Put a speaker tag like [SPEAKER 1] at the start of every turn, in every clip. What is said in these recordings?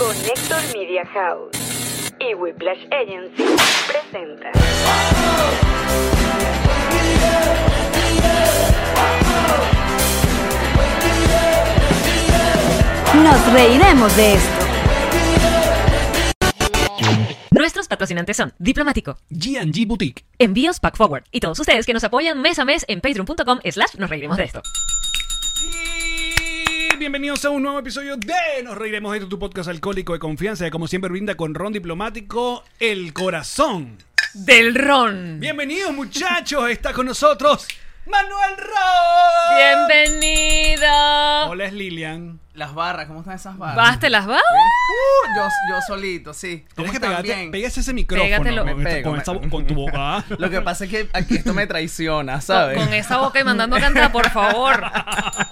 [SPEAKER 1] Connector Media House y Whiplash Agency presenta.
[SPEAKER 2] Nos reiremos de esto.
[SPEAKER 3] Nuestros patrocinantes son Diplomático,
[SPEAKER 4] GG Boutique.
[SPEAKER 3] Envíos Pack Forward y todos ustedes que nos apoyan mes a mes en patreon.com slash nos reiremos de esto.
[SPEAKER 4] Y bienvenidos a un nuevo episodio de Nos Reiremos de Esto, tu podcast alcohólico de confianza que como siempre brinda con ron diplomático el corazón.
[SPEAKER 3] Del ron.
[SPEAKER 4] Bienvenidos muchachos, está con nosotros Manuel Ron.
[SPEAKER 3] Bienvenido.
[SPEAKER 4] Hola es Lilian.
[SPEAKER 5] Las barras, ¿cómo están esas barras?
[SPEAKER 3] ¿Vas, te las vas?
[SPEAKER 5] Uh, yo, yo solito, sí.
[SPEAKER 4] Tienes
[SPEAKER 5] ¿Cómo
[SPEAKER 4] que
[SPEAKER 5] están?
[SPEAKER 4] pegarte,
[SPEAKER 5] Bien.
[SPEAKER 4] pégase ese micrófono
[SPEAKER 3] Pégatelo.
[SPEAKER 4] con,
[SPEAKER 5] Me
[SPEAKER 4] esta-
[SPEAKER 5] pego,
[SPEAKER 4] con
[SPEAKER 5] me-
[SPEAKER 4] esta bo- con tu boca.
[SPEAKER 5] Lo que pasa es que aquí esto me traiciona,
[SPEAKER 3] Con,
[SPEAKER 5] ¿sabes?
[SPEAKER 3] con e- esa boca y mandando a cantar, por favor.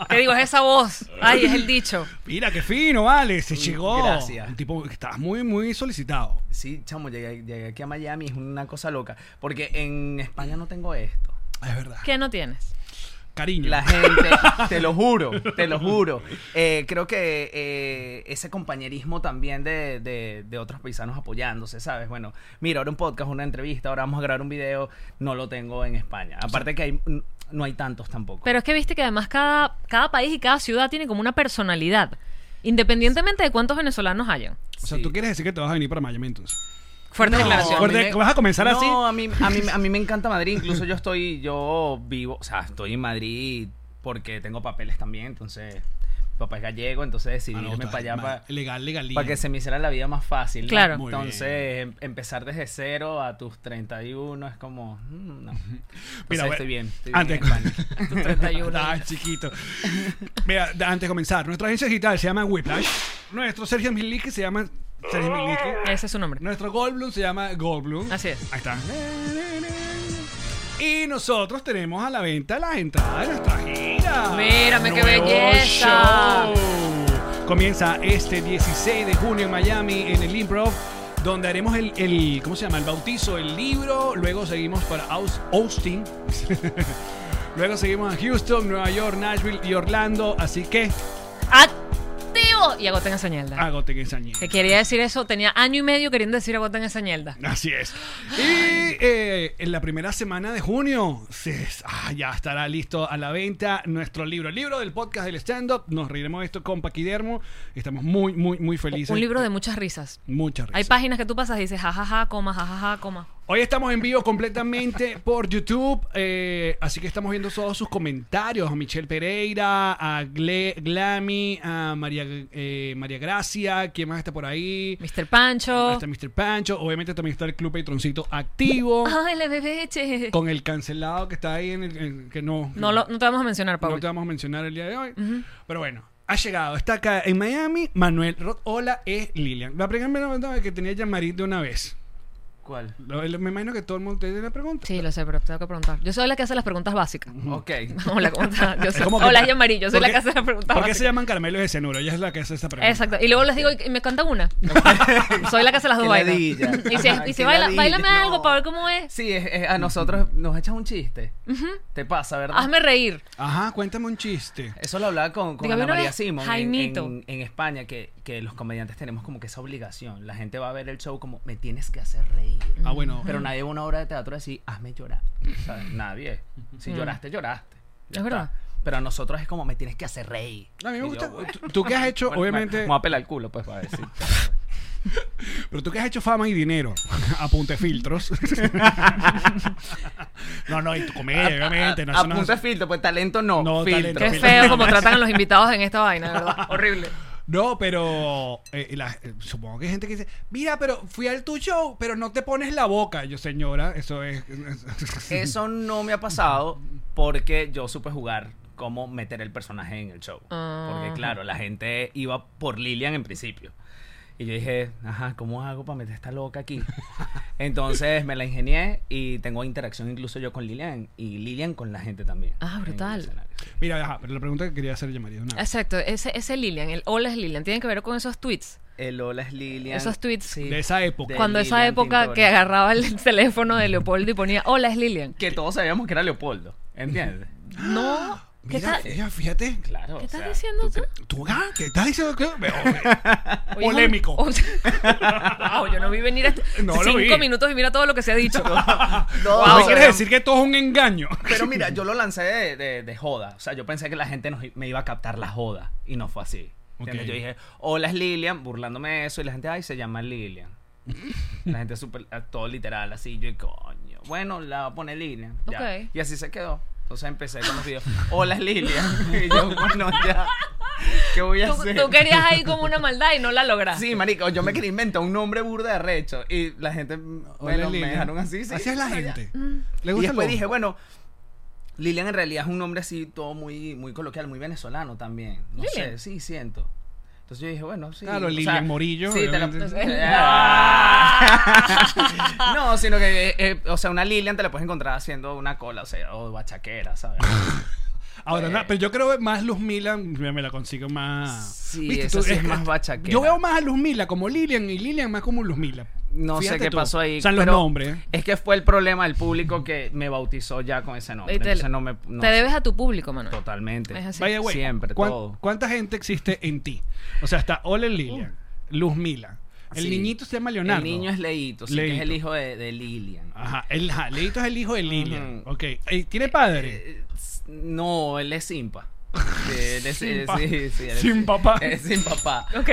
[SPEAKER 3] Te digo, es esa voz. Ay, es el dicho.
[SPEAKER 4] Mira qué fino, vale, se llegó.
[SPEAKER 5] gracias.
[SPEAKER 4] Un tipo que estabas muy muy solicitado.
[SPEAKER 5] Sí, chamo, llegué, llegué aquí a Miami, es una cosa loca. Porque en España no tengo esto.
[SPEAKER 4] Es verdad.
[SPEAKER 3] ¿Qué no tienes?
[SPEAKER 4] Cariño.
[SPEAKER 5] La gente, te lo juro, te lo juro. Eh, creo que eh, ese compañerismo también de, de- de otros paisanos apoyándose, ¿sabes? Bueno, mira, ahora un podcast, una entrevista, ahora vamos a grabar un video, no lo tengo en España. Aparte que hay, no hay tantos tampoco.
[SPEAKER 3] Pero es que viste que además cada, cada país y cada ciudad tiene como una personalidad. Independientemente de cuántos venezolanos hayan.
[SPEAKER 4] o sea, tú quieres decir que te vas a venir para Miami entonces.
[SPEAKER 3] Fuerte
[SPEAKER 5] No.
[SPEAKER 3] declaración.
[SPEAKER 5] A mí
[SPEAKER 4] Fuerte-
[SPEAKER 5] me-
[SPEAKER 4] ¿Vas a comenzar
[SPEAKER 5] no,
[SPEAKER 4] así?
[SPEAKER 5] a mí, a, mí, a mí me encanta Madrid. Incluso yo estoy, yo vivo, o sea, estoy en Madrid porque tengo papeles también. Entonces, mi papá es gallego, entonces decidí
[SPEAKER 4] Mano,
[SPEAKER 5] irme
[SPEAKER 4] otra-
[SPEAKER 5] para allá
[SPEAKER 4] ma-
[SPEAKER 5] para
[SPEAKER 4] legal, legalía.
[SPEAKER 5] que se me hiciera la vida más fácil. ¿no?
[SPEAKER 3] Claro.
[SPEAKER 4] Muy
[SPEAKER 5] Entonces, em- empezar desde cero a tus 31 es como, mm, no. Entonces,
[SPEAKER 4] Mira, bueno,
[SPEAKER 5] estoy bien. Estoy
[SPEAKER 4] antes-
[SPEAKER 5] bien en España.
[SPEAKER 3] Tus 31.
[SPEAKER 4] Ah, chiquito. Mira, da- antes de comenzar, nuestra agencia digital se llama Whiplash. Nuestro Sergio Milique se llama Sergio Milique.
[SPEAKER 3] Ese es su nombre.
[SPEAKER 4] Nuestro Goldblum se llama Goldblum.
[SPEAKER 3] Así es.
[SPEAKER 4] Ahí está. Y nosotros tenemos a la venta las entradas de nuestra gira.
[SPEAKER 3] Mírame qué
[SPEAKER 4] Nuevo
[SPEAKER 3] belleza.
[SPEAKER 4] show. Comienza este 16 de junio en Miami en el Improv, donde haremos el, el- ¿cómo se llama? El bautizo, el libro. Luego seguimos para Aus- Austin. Luego seguimos a Houston, Nueva York, Nashville y Orlando. Así que
[SPEAKER 3] ¡Activo! Y agoten esa ñelda.
[SPEAKER 4] agoten esa ñe.
[SPEAKER 3] Que quería decir eso, tenía año y medio queriendo decir agoten esa ñelda.
[SPEAKER 4] Así es. Y eh, en la primera semana de junio se- ah, ya estará listo a la venta nuestro libro, el libro del podcast del stand-up. Nos reiremos de esto con Paquidermo. Estamos muy, muy, muy felices.
[SPEAKER 3] Un libro de muchas risas.
[SPEAKER 4] Muchas
[SPEAKER 3] Hay
[SPEAKER 4] gracias.
[SPEAKER 3] páginas que tú pasas y dices jajaja, coma, jajaja, coma.
[SPEAKER 4] Hoy estamos en vivo completamente por YouTube, eh, así que estamos viendo todos sus comentarios. A Michelle Pereira, a Gle- Glammy, a María, eh, María Gracia, ¿quién más está por ahí?
[SPEAKER 3] Mr. Pancho.
[SPEAKER 4] Está Mr. Pancho, obviamente también está el Club Patroncito activo.
[SPEAKER 3] Ay, la bebeche.
[SPEAKER 4] con el cancelado que está ahí en el en- que no
[SPEAKER 3] No, lo, no te vamos a mencionar,
[SPEAKER 4] no
[SPEAKER 3] Paul.
[SPEAKER 4] te vamos a mencionar el día de hoy pero bueno ha llegado está acá en Miami Manuel Roth hola es Lilian la primera pregunta que tenía Yamarit de una vez
[SPEAKER 5] ¿Cuál?
[SPEAKER 4] Lo- lo- me imagino que todo el mundo tiene la pregunta
[SPEAKER 3] Sí, lo sé, pero tengo que preguntar. Yo soy la que hace las preguntas básicas.
[SPEAKER 5] Ok.
[SPEAKER 3] Hola, ¿cómo estás? Yo soy,
[SPEAKER 4] Es como que-
[SPEAKER 3] hola, Jean Marie, yo soy
[SPEAKER 4] ¿Por
[SPEAKER 3] la
[SPEAKER 4] qué-
[SPEAKER 3] que hace las preguntas
[SPEAKER 4] ¿por qué
[SPEAKER 3] básicas.
[SPEAKER 4] se llaman caramelos de cianuro? ella es la que hace esa pregunta
[SPEAKER 3] Exacto. Y luego les digo, y me canta una. Soy la que hace las dos
[SPEAKER 5] Qué
[SPEAKER 3] bailas. Y
[SPEAKER 5] ladilla.
[SPEAKER 3] si, y
[SPEAKER 5] Ay,
[SPEAKER 3] si
[SPEAKER 5] qué
[SPEAKER 3] baila,
[SPEAKER 5] ladilla.
[SPEAKER 3] bailame algo
[SPEAKER 5] No.
[SPEAKER 3] para ver cómo es.
[SPEAKER 5] Sí, es- es- a nosotros nos echas un chiste. Te pasa, ¿verdad?
[SPEAKER 3] Hazme reír.
[SPEAKER 4] ajá cuéntame un chiste
[SPEAKER 5] Eso lo hablaba con, con
[SPEAKER 3] Dígame
[SPEAKER 5] Ana
[SPEAKER 3] una
[SPEAKER 5] María
[SPEAKER 3] vez,
[SPEAKER 5] Simón en,
[SPEAKER 3] Jaimito.
[SPEAKER 5] en- en España, que, que los comediantes tenemos como que esa obligación. La gente va a ver el show como, me tienes que hacer reír.
[SPEAKER 3] Mm,
[SPEAKER 4] ah bueno
[SPEAKER 5] Pero nadie va a una obra de teatro así, hazme llorar. ¿sabes? Nadie. Si lloraste, lloraste. Ya
[SPEAKER 3] Es verdad.
[SPEAKER 5] Pero a nosotros es como, me tienes que hacer reír.
[SPEAKER 4] a mí
[SPEAKER 5] Y
[SPEAKER 4] me
[SPEAKER 5] yo,
[SPEAKER 4] gusta
[SPEAKER 5] bueno,
[SPEAKER 4] tú- tú que has hecho
[SPEAKER 5] bueno, Me,
[SPEAKER 4] obviamente
[SPEAKER 5] me voy a pelar el culo, pues, para ver si...
[SPEAKER 4] Pero tú que has hecho fama y dinero, apunte filtros. no, no, y tu comedia, obviamente. No, eso no-
[SPEAKER 5] Apunta filtro, pues talento no.
[SPEAKER 4] No,
[SPEAKER 5] filtro.
[SPEAKER 4] talento.
[SPEAKER 3] Qué feo como tratan a los invitados en esta vaina, de ¿verdad? Horrible.
[SPEAKER 4] No, pero eh, la- eh, supongo que hay gente que dice, mira, pero fui al tu show, pero no te pones la boca. Yo, señora, eso es...
[SPEAKER 5] Eso no me ha pasado porque yo supe jugar cómo meter el personaje en el show.
[SPEAKER 3] Ajá.
[SPEAKER 5] Porque claro, la gente iba por Lilian en principio. Y yo dije, ajá, ¿cómo hago para meter esta loca aquí? Entonces me la ingenié y tengo interacción incluso yo con Lilian y Lilian con la gente también.
[SPEAKER 3] Ah,
[SPEAKER 5] en el
[SPEAKER 3] brutal.
[SPEAKER 5] escenario.
[SPEAKER 4] Mira, ajá, pero la pregunta que quería hacer yo, María, una-
[SPEAKER 3] Exacto, ese, ese Lilian, el hola es Lilian, tiene que ver con esos tweets.
[SPEAKER 5] El hola es Lilian.
[SPEAKER 3] Esos tweets.
[SPEAKER 5] Sí.
[SPEAKER 4] de esa época.
[SPEAKER 5] De-
[SPEAKER 3] Cuando esa
[SPEAKER 5] Lilian
[SPEAKER 3] época
[SPEAKER 5] Tintori.
[SPEAKER 3] que agarraba el teléfono de Leopoldo y ponía hola es Lilian.
[SPEAKER 5] Que todos sabíamos que era Leopoldo, ¿entiendes?
[SPEAKER 3] No, ¿Qué
[SPEAKER 4] Mira,
[SPEAKER 3] estás-
[SPEAKER 4] ella, fíjate.
[SPEAKER 5] Claro.
[SPEAKER 3] ¿Qué
[SPEAKER 5] o
[SPEAKER 3] estás
[SPEAKER 5] sea,
[SPEAKER 3] diciendo tú?
[SPEAKER 4] ¿Tú ah, qué estás diciendo? ¿Qué? oh,
[SPEAKER 3] Oye, es un-
[SPEAKER 4] Polémico.
[SPEAKER 3] o sea- wow, yo no vi venir a
[SPEAKER 4] No lo
[SPEAKER 3] cinco
[SPEAKER 4] vi.
[SPEAKER 3] minutos y mira todo lo que se ha dicho.
[SPEAKER 5] No,
[SPEAKER 4] ¿No
[SPEAKER 5] o
[SPEAKER 4] me
[SPEAKER 5] sea,
[SPEAKER 4] quieres decir que todo es un engaño?
[SPEAKER 5] Pero mira, yo lo lancé de, de- de joda. O sea, yo pensé que la gente nos i- me iba a captar la joda. Y no fue así. ¿Entiendes?
[SPEAKER 4] Ok.
[SPEAKER 5] Yo dije, hola es Lilian, burlándome de eso. Y la gente, ay, se llama Lilian. La gente súper, a- todo literal, así. Yo, y coño. Bueno, la voy a poner Lilian. Ya.
[SPEAKER 3] Ok.
[SPEAKER 5] Y así se quedó. Entonces empecé con los videos. Hola es Lilian. Y yo, bueno, ya. ¿Qué voy a
[SPEAKER 3] Tú,
[SPEAKER 5] hacer?
[SPEAKER 3] tú querías ahí como una maldad y no la lograste.
[SPEAKER 5] Sí, marico, yo me quería inventar un nombre burda de recho. Y la gente, bueno,
[SPEAKER 4] Hola,
[SPEAKER 5] me
[SPEAKER 4] Lilian.
[SPEAKER 5] dejaron así. sí,
[SPEAKER 4] Así es la
[SPEAKER 5] o sea, ya.
[SPEAKER 4] gente. Le
[SPEAKER 5] Y
[SPEAKER 4] gusta
[SPEAKER 5] después
[SPEAKER 4] lo-
[SPEAKER 5] dije, bueno, Lilian en realidad es un nombre así, todo muy, muy coloquial, muy venezolano también. No
[SPEAKER 3] Lilian.
[SPEAKER 5] sé, sí, siento. Entonces yo dije, bueno, sí.
[SPEAKER 4] Claro,
[SPEAKER 5] o
[SPEAKER 4] Lilian Morillo,
[SPEAKER 5] Sí, te la- pues, eh,
[SPEAKER 4] obviamente.
[SPEAKER 5] Ah. no, sino que, eh, eh, o sea, una Lilian te la puedes encontrar haciendo una cola, o sea, o bachaquera, ¿sabes? Pues.
[SPEAKER 4] Ahora, na- pero yo creo que más Luz Milan me me la consigo más.
[SPEAKER 5] Sí, esa sí es más bachaquera.
[SPEAKER 4] Yo veo más a Luz Mila como Lilian y Lilian más como Luz Mila.
[SPEAKER 5] No sé
[SPEAKER 4] Fíjate
[SPEAKER 5] qué
[SPEAKER 4] tú.
[SPEAKER 5] pasó ahí.
[SPEAKER 4] O sea, los
[SPEAKER 5] pero
[SPEAKER 4] nombres. ¿eh?
[SPEAKER 5] Es que fue el problema del público que me bautizó ya con ese nombre.
[SPEAKER 3] Y te,
[SPEAKER 5] Entonces no me. no
[SPEAKER 3] te
[SPEAKER 5] sé,
[SPEAKER 3] debes a tu público, Manuel.
[SPEAKER 5] Totalmente.
[SPEAKER 3] Es así.
[SPEAKER 4] By the way,
[SPEAKER 5] Siempre,
[SPEAKER 4] ¿cuán-
[SPEAKER 5] todo.
[SPEAKER 4] ¿Cuánta gente existe en ti? O sea, está Ole Lilian, Luz Mila. El
[SPEAKER 5] Uh. Sí.
[SPEAKER 4] niñito se llama Leonardo.
[SPEAKER 5] El niño es Leito, sí, que es el
[SPEAKER 4] Leito.
[SPEAKER 5] hijo de, de Lilian.
[SPEAKER 4] Ajá, el, ajá, Leito es el hijo de Lilian.
[SPEAKER 5] Ujú.
[SPEAKER 4] Ok. Eh, ¿Tiene padre?
[SPEAKER 5] Eh, s- No, él es simpa. Sí, él es-
[SPEAKER 4] Sin
[SPEAKER 5] eh,
[SPEAKER 4] pa-
[SPEAKER 5] sí, sí, él es-
[SPEAKER 4] sin papá.
[SPEAKER 5] Es sin papá.
[SPEAKER 3] Ok.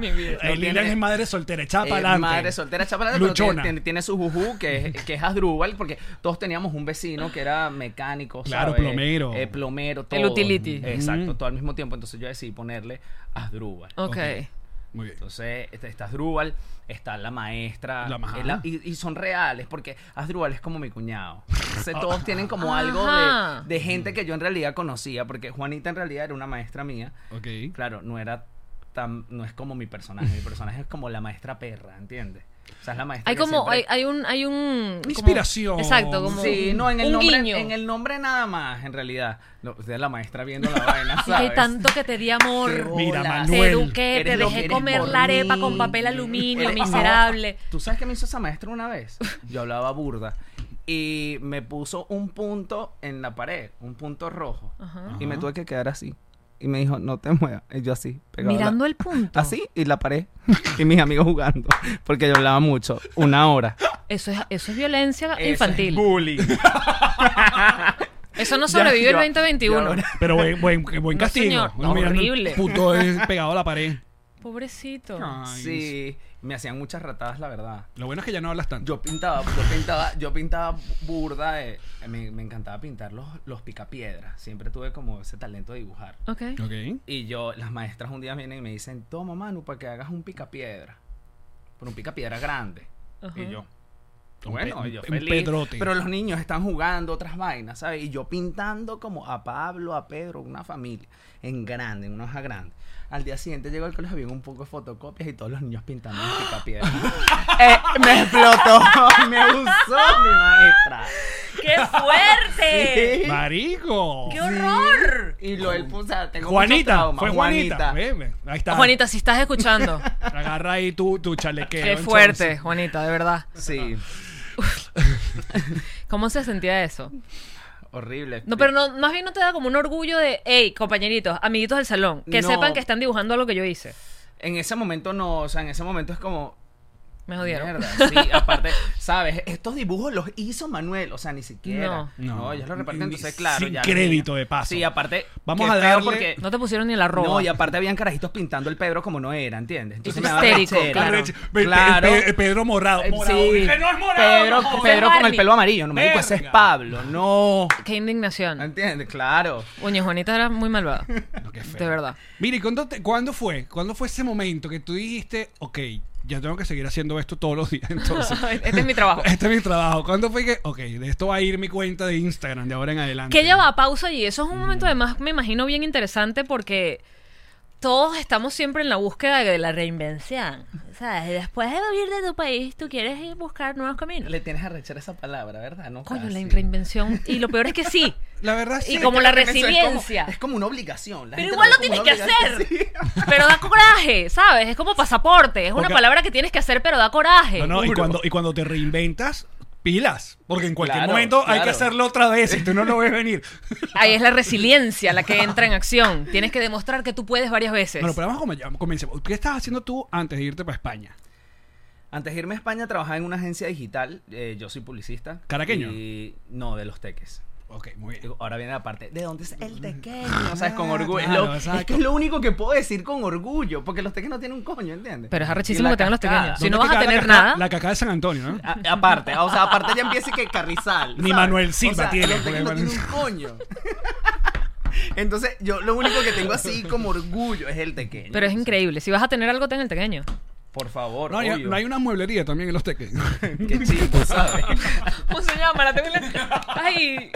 [SPEAKER 3] Mi vida.
[SPEAKER 4] Eh, Lilian
[SPEAKER 5] tiene-
[SPEAKER 4] es madre soltera,
[SPEAKER 5] Eh,
[SPEAKER 4] echada para adelante.
[SPEAKER 5] madre soltera, chapalante, pero tiene,
[SPEAKER 4] Luchona.
[SPEAKER 5] tiene- tiene su juju que es, que es Asdrúbal, porque todos teníamos un vecino que era mecánico,
[SPEAKER 4] Claro,
[SPEAKER 5] ¿sabe?
[SPEAKER 4] plomero.
[SPEAKER 5] Eh, plomero, todo.
[SPEAKER 3] utility.
[SPEAKER 5] Exacto,
[SPEAKER 4] Mm.
[SPEAKER 5] todo al mismo tiempo. Entonces yo decidí ponerle Asdrúbal.
[SPEAKER 3] Ok.
[SPEAKER 4] Muy bien.
[SPEAKER 5] Entonces este, está Asdrúbal, está la maestra.
[SPEAKER 4] La ma-
[SPEAKER 5] eh, y, y son reales, porque Asdrúbal es como mi cuñado. Entonces, todos tienen como algo
[SPEAKER 3] Ajá.
[SPEAKER 5] de, de gente que yo en realidad conocía, porque Juanita en realidad era una maestra mía.
[SPEAKER 4] Ok.
[SPEAKER 5] Claro, no era tan. No es como mi personaje. Mi personaje es como la maestra perra, ¿entiendes? O sea, es la maestra.
[SPEAKER 3] Hay
[SPEAKER 5] que
[SPEAKER 3] como,
[SPEAKER 5] siempre-
[SPEAKER 3] hay, hay un, hay un como-
[SPEAKER 4] Inspiración.
[SPEAKER 3] exacto, como
[SPEAKER 5] Sí, no, en el,
[SPEAKER 3] un
[SPEAKER 5] nombre,
[SPEAKER 3] guiño.
[SPEAKER 5] en el nombre nada más, en realidad. No, o sea, la maestra viendo la vaina,
[SPEAKER 3] Y que
[SPEAKER 5] ¿sabes?
[SPEAKER 3] tanto que te di amor.
[SPEAKER 4] Mira,
[SPEAKER 5] Hola,
[SPEAKER 4] Manuel.
[SPEAKER 3] Te eduqué,
[SPEAKER 5] Eres
[SPEAKER 3] te
[SPEAKER 5] lo que
[SPEAKER 3] dejé
[SPEAKER 5] eres
[SPEAKER 3] comer
[SPEAKER 5] por
[SPEAKER 3] la arepa
[SPEAKER 5] mí.
[SPEAKER 3] con papel aluminio,
[SPEAKER 5] Eres-
[SPEAKER 3] miserable.
[SPEAKER 5] ¿Tú sabes qué me hizo esa maestra una vez? Yo hablaba burda y me puso un punto en la pared, un punto rojo.
[SPEAKER 3] Ajá.
[SPEAKER 5] Y me tuve que quedar así. Y me dijo, no te muevas. Y yo así, pegado a la- ¿Ah,
[SPEAKER 3] Mirando el punto.
[SPEAKER 5] Así y la pared. y mis amigos jugando. Porque yo hablaba mucho. Una hora.
[SPEAKER 3] Eso es, eso es violencia
[SPEAKER 5] Eso es
[SPEAKER 3] infantil.
[SPEAKER 5] bullying.
[SPEAKER 3] Eso no sobrevive
[SPEAKER 5] Ya,
[SPEAKER 3] el
[SPEAKER 5] yo-
[SPEAKER 3] 2021.
[SPEAKER 5] yo-
[SPEAKER 4] Pero buen, buen, qué buen
[SPEAKER 3] No,
[SPEAKER 4] castigo.
[SPEAKER 3] señor.
[SPEAKER 4] Uno mirando el
[SPEAKER 3] Horrible.
[SPEAKER 4] Puto es pegado a la pared.
[SPEAKER 3] Pobrecito.
[SPEAKER 4] Ay,
[SPEAKER 5] Sí, me hacían muchas ratadas, la verdad.
[SPEAKER 4] Lo bueno es que ya no hablas tanto.
[SPEAKER 5] Yo pintaba, yo pintaba, yo pintaba burda, eh, me, me encantaba pintar los, los picapiedras. Siempre tuve como ese talento de dibujar.
[SPEAKER 3] Ok.
[SPEAKER 4] Ok.
[SPEAKER 5] Y yo, las maestras un día vienen y me dicen, toma Manu, para que hagas un picapiedra. Pero un picapiedra grande.
[SPEAKER 3] Ajá.
[SPEAKER 5] Y yo,
[SPEAKER 4] Un
[SPEAKER 5] bueno,
[SPEAKER 4] pe-
[SPEAKER 5] y yo
[SPEAKER 4] un
[SPEAKER 5] feliz.
[SPEAKER 4] pedrote.
[SPEAKER 5] Pero los niños están jugando otras vainas, ¿sabes? Y yo pintando como a Pablo, a Pedro, una familia, en grande, en una hoja grande. Al día siguiente llego al colegio, había un poco de fotocopias y todos los niños pintando en picapiedra. Eh, me explotó, me usó mi maestra.
[SPEAKER 3] ¡Qué fuerte!
[SPEAKER 5] Sí.
[SPEAKER 4] ¡Marico!
[SPEAKER 3] ¡Qué horror!
[SPEAKER 5] Y lo él, o sea, tengo mucho
[SPEAKER 4] Juanita,
[SPEAKER 5] trauma.
[SPEAKER 4] fue Juanita. Ve, ve, Ahí está.
[SPEAKER 3] Juanita, si estás escuchando,
[SPEAKER 4] Agarra ahí tu, tu chalequeo.
[SPEAKER 3] qué
[SPEAKER 4] entonces.
[SPEAKER 3] fuerte, Juanita, de verdad.
[SPEAKER 5] Sí,
[SPEAKER 3] ¿Cómo se sentía eso?
[SPEAKER 5] horrible.
[SPEAKER 3] No, pero no, más bien no te da como un orgullo de, hey, compañeritos, amiguitos del salón, que
[SPEAKER 5] No.
[SPEAKER 3] sepan que están dibujando algo que yo hice.
[SPEAKER 5] En ese momento no, o sea, en ese momento es como,
[SPEAKER 3] Me jodieron.
[SPEAKER 5] Mierda, sí, aparte, ¿sabes? Estos dibujos los hizo Manuel, o sea, ni siquiera.
[SPEAKER 3] No.
[SPEAKER 4] No.
[SPEAKER 5] No, ellos los reparten,
[SPEAKER 4] Ni-
[SPEAKER 5] entonces, claro.
[SPEAKER 4] sin
[SPEAKER 5] ya
[SPEAKER 4] crédito
[SPEAKER 5] los niños-
[SPEAKER 4] de paso.
[SPEAKER 5] Sí, aparte.
[SPEAKER 4] Vamos
[SPEAKER 5] qué
[SPEAKER 4] a
[SPEAKER 5] feo
[SPEAKER 4] darle-
[SPEAKER 5] Porque,
[SPEAKER 3] No te pusieron ni la ropa.
[SPEAKER 5] no, y aparte habían carajitos pintando el Pedro como no era, ¿entiendes?
[SPEAKER 3] tú
[SPEAKER 5] me daba
[SPEAKER 3] histérico,
[SPEAKER 5] rechera.
[SPEAKER 4] Claro.
[SPEAKER 3] Claro.
[SPEAKER 4] Ve- ve-
[SPEAKER 5] Claro.
[SPEAKER 4] el pe- el Pedro Morado.
[SPEAKER 5] Eh,
[SPEAKER 4] morado.
[SPEAKER 5] sí.
[SPEAKER 4] Dije, no es morado.
[SPEAKER 5] Pedro,
[SPEAKER 4] no.
[SPEAKER 5] Pedro con el
[SPEAKER 3] Barney.
[SPEAKER 5] pelo amarillo, no me dijo, ese es
[SPEAKER 4] Verga.
[SPEAKER 5] Pablo, no.
[SPEAKER 3] Qué indignación.
[SPEAKER 5] ¿Entiendes? Claro.
[SPEAKER 3] Oye, Juanita era muy malvada.
[SPEAKER 4] No, qué feo.
[SPEAKER 3] De verdad.
[SPEAKER 4] Mire, ¿y ¿cuándo, te- ¿cuándo fue? ¿Cuándo fue ese momento que tú dijiste, ok, ya tengo que seguir haciendo esto todos los días, entonces?
[SPEAKER 3] Este es mi trabajo.
[SPEAKER 4] este es mi trabajo. ¿Cuándo fue que, ok, de esto va a ir mi cuenta de Instagram de ahora en adelante?
[SPEAKER 3] Que ya va, pausa y eso es un momento además, me imagino, bien interesante porque todos estamos siempre en la búsqueda de la reinvención. ¿Sabes? Después de vivir de tu país, tú quieres ir buscar nuevos caminos.
[SPEAKER 5] Le tienes a rechar esa palabra, ¿verdad? No,
[SPEAKER 3] Coño,
[SPEAKER 5] casi.
[SPEAKER 3] la reinvención. Y lo peor es que sí.
[SPEAKER 4] La verdad
[SPEAKER 3] Y
[SPEAKER 4] sí.
[SPEAKER 3] como
[SPEAKER 5] Es
[SPEAKER 3] la
[SPEAKER 5] que reinvención es como-
[SPEAKER 3] resiliencia.
[SPEAKER 5] Es como, una obligación. la
[SPEAKER 3] Pero
[SPEAKER 5] gente
[SPEAKER 3] igual
[SPEAKER 5] lo
[SPEAKER 3] lo
[SPEAKER 5] ve como
[SPEAKER 3] tienes que
[SPEAKER 5] una obligación,
[SPEAKER 3] hacer.
[SPEAKER 5] sí.
[SPEAKER 3] Pero da coraje, ¿sabes? Es como pasaporte. Es una
[SPEAKER 4] Porque-
[SPEAKER 3] palabra que tienes que hacer, pero da coraje.
[SPEAKER 4] No, no, y
[SPEAKER 5] Juro.
[SPEAKER 4] cuando, y cuando te reinventas, pilas, porque en cualquier
[SPEAKER 5] Claro,
[SPEAKER 4] momento hay que
[SPEAKER 5] claro.
[SPEAKER 4] hacerlo otra vez y tú no lo ves venir.
[SPEAKER 3] Ahí es la resiliencia la que entra en acción. Tienes que demostrar que tú puedes varias veces.
[SPEAKER 4] Bueno, pero vamos a come- comencemos. ¿Qué estabas haciendo tú antes de irte para España?
[SPEAKER 5] Antes de irme a España trabajaba en una agencia digital. eh, yo soy publicista.
[SPEAKER 4] ¿Caraqueño?
[SPEAKER 5] Y no, de los teques.
[SPEAKER 4] Ok, muy bien. Mm.
[SPEAKER 5] Digo, Ahora viene la parte, ¿de dónde es el tequeño? ¿Sabes? Con orgullo.
[SPEAKER 4] claro,
[SPEAKER 5] Es lo- es
[SPEAKER 4] exacto.
[SPEAKER 5] que es lo único que puedo decir con orgullo, porque los teques no tienen un coño, ¿entiendes?
[SPEAKER 3] Pero es
[SPEAKER 5] Y
[SPEAKER 3] arrechísimo
[SPEAKER 5] la
[SPEAKER 3] que tengan los
[SPEAKER 5] cascada.
[SPEAKER 3] tequeños. Si no
[SPEAKER 4] ¿Dónde
[SPEAKER 3] vas a
[SPEAKER 4] queda la
[SPEAKER 3] tener
[SPEAKER 4] caca-
[SPEAKER 3] nada.
[SPEAKER 4] La caca de San Antonio, ¿no?
[SPEAKER 5] A- aparte, o sea, aparte ya empieza y que Carrizal.
[SPEAKER 4] Ni
[SPEAKER 5] ¿sabes?
[SPEAKER 4] Manuel Silva
[SPEAKER 5] O sea,
[SPEAKER 4] tiene,
[SPEAKER 5] los teques
[SPEAKER 4] porque
[SPEAKER 5] no tiene un coño. Entonces, yo lo único que tengo así como orgullo es el tequeño.
[SPEAKER 3] Pero es increíble. Si vas a tener algo, ten el tequeño.
[SPEAKER 5] Por favor,
[SPEAKER 4] No, hay-
[SPEAKER 5] obvio.
[SPEAKER 4] no hay una mueblería también en los teques.
[SPEAKER 5] Qué chico, ¿sabes?
[SPEAKER 3] ¿Cómo se llama? La tengo en la- Ay,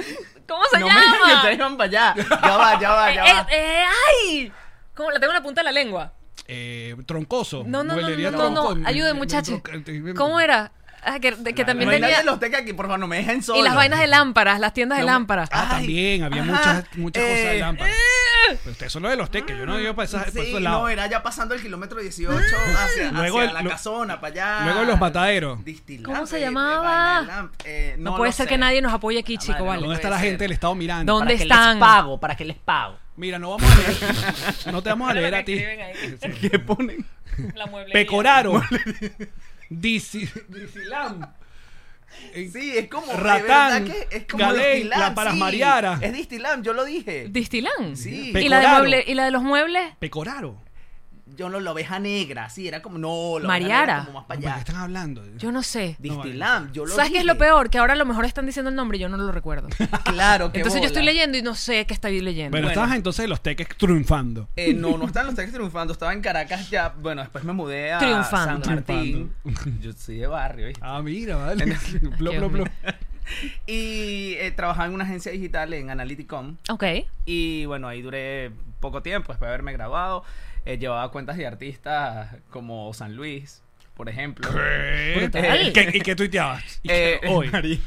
[SPEAKER 3] ¿cómo se
[SPEAKER 5] no me
[SPEAKER 3] llama?
[SPEAKER 5] digas que ustedes van para allá. Ya va, ya va,
[SPEAKER 3] Eh,
[SPEAKER 5] ya va.
[SPEAKER 3] eh, eh, ay, ¿cómo la tengo en la punta de la lengua?
[SPEAKER 4] Eh, troncoso.
[SPEAKER 3] No, no, no,
[SPEAKER 4] mueblería
[SPEAKER 3] no, no, no,
[SPEAKER 4] tronco-
[SPEAKER 3] ayude muchachos.
[SPEAKER 4] tronco-
[SPEAKER 3] ¿Cómo era? Ah, que, de- que
[SPEAKER 5] No
[SPEAKER 3] también
[SPEAKER 5] hay nadie
[SPEAKER 3] tenía
[SPEAKER 5] de los teques aquí, por favor, no me dejen solo.
[SPEAKER 3] y las vainas de lámparas, las tiendas de
[SPEAKER 5] No me-
[SPEAKER 3] lámparas.
[SPEAKER 4] Ah,
[SPEAKER 5] Ay,
[SPEAKER 4] también, había
[SPEAKER 5] ajá,
[SPEAKER 4] muchas, muchas cosas de
[SPEAKER 5] eh,
[SPEAKER 4] lámparas. Pero ustedes son los de los teques, yo no digo para, esas, para
[SPEAKER 5] Sí,
[SPEAKER 4] esos lados.
[SPEAKER 5] no, era ya pasando el kilómetro 18 hacia,
[SPEAKER 4] Luego
[SPEAKER 5] hacia
[SPEAKER 4] el-
[SPEAKER 5] la
[SPEAKER 4] lo-
[SPEAKER 5] casona, para allá.
[SPEAKER 4] luego los mataderos.
[SPEAKER 5] Distilante,
[SPEAKER 3] ¿Cómo se
[SPEAKER 5] de- de
[SPEAKER 3] llamaba?
[SPEAKER 5] vaina de lamp- eh,
[SPEAKER 3] no,
[SPEAKER 5] lo
[SPEAKER 3] puede ser que
[SPEAKER 5] sé.
[SPEAKER 3] nadie nos apoye aquí,
[SPEAKER 5] La
[SPEAKER 3] chico,
[SPEAKER 5] madre,
[SPEAKER 3] vale.
[SPEAKER 4] ¿Dónde
[SPEAKER 5] puede
[SPEAKER 4] está la
[SPEAKER 5] ser.
[SPEAKER 4] gente del Estado mirando?
[SPEAKER 3] ¿Dónde
[SPEAKER 6] para
[SPEAKER 3] están?
[SPEAKER 6] Que les pago, para que les pago.
[SPEAKER 4] Mira, no vamos a leer. No te vamos a leer a ti.
[SPEAKER 5] ¿Qué ponen?
[SPEAKER 4] Pecoraro. Disi- Disilam. Eh,
[SPEAKER 5] Sí, es como. de
[SPEAKER 4] Ratán,
[SPEAKER 5] verdad que es como
[SPEAKER 4] Galey,
[SPEAKER 5] Distilam,
[SPEAKER 4] La Palas
[SPEAKER 5] sí.
[SPEAKER 4] Mariara.
[SPEAKER 5] Es Distilam, yo lo dije.
[SPEAKER 3] ¿Distilán?
[SPEAKER 5] Sí.
[SPEAKER 3] ¿Y la, de
[SPEAKER 4] Pecoraro.
[SPEAKER 3] mueble- ¿Y la de los muebles?
[SPEAKER 4] Pecoraro.
[SPEAKER 5] yo no, la oveja negra, sí, era como. No, la oveja
[SPEAKER 3] Mariara.
[SPEAKER 5] negra como más para
[SPEAKER 4] ¿De qué
[SPEAKER 5] allá.
[SPEAKER 4] están hablando?
[SPEAKER 3] Yo no sé.
[SPEAKER 5] Distilam, yo lo
[SPEAKER 3] ¿Sabes qué es lo
[SPEAKER 5] dije.
[SPEAKER 3] peor? Que ahora a lo mejor están diciendo el nombre y yo no lo recuerdo.
[SPEAKER 5] Claro, que.
[SPEAKER 3] Entonces yo estoy leyendo y no sé qué estoy leyendo.
[SPEAKER 4] Bueno, estabas entonces de los teques triunfando.
[SPEAKER 5] Eh, no, no estaban los teques triunfando, estaba en Caracas ya. Bueno, después me mudé a
[SPEAKER 3] Triunfando.
[SPEAKER 5] San Martín. Yo soy de barrio, ¿viste?
[SPEAKER 4] Ah, mira, vale. Blo,
[SPEAKER 3] Dios
[SPEAKER 4] blo, blo.
[SPEAKER 3] mío.
[SPEAKER 5] Y eh, trabajaba en una agencia digital en Analyticom.
[SPEAKER 3] ok.
[SPEAKER 5] Y bueno, ahí duré poco tiempo después de haberme graduado. Eh, llevaba cuentas de artistas como San Luis, por ejemplo.
[SPEAKER 4] ¿Eh?
[SPEAKER 5] Ay.
[SPEAKER 4] ¿Y qué- ¿Y qué tuiteabas? ¿Y qué-
[SPEAKER 5] Eh,
[SPEAKER 4] hoy.
[SPEAKER 5] marico.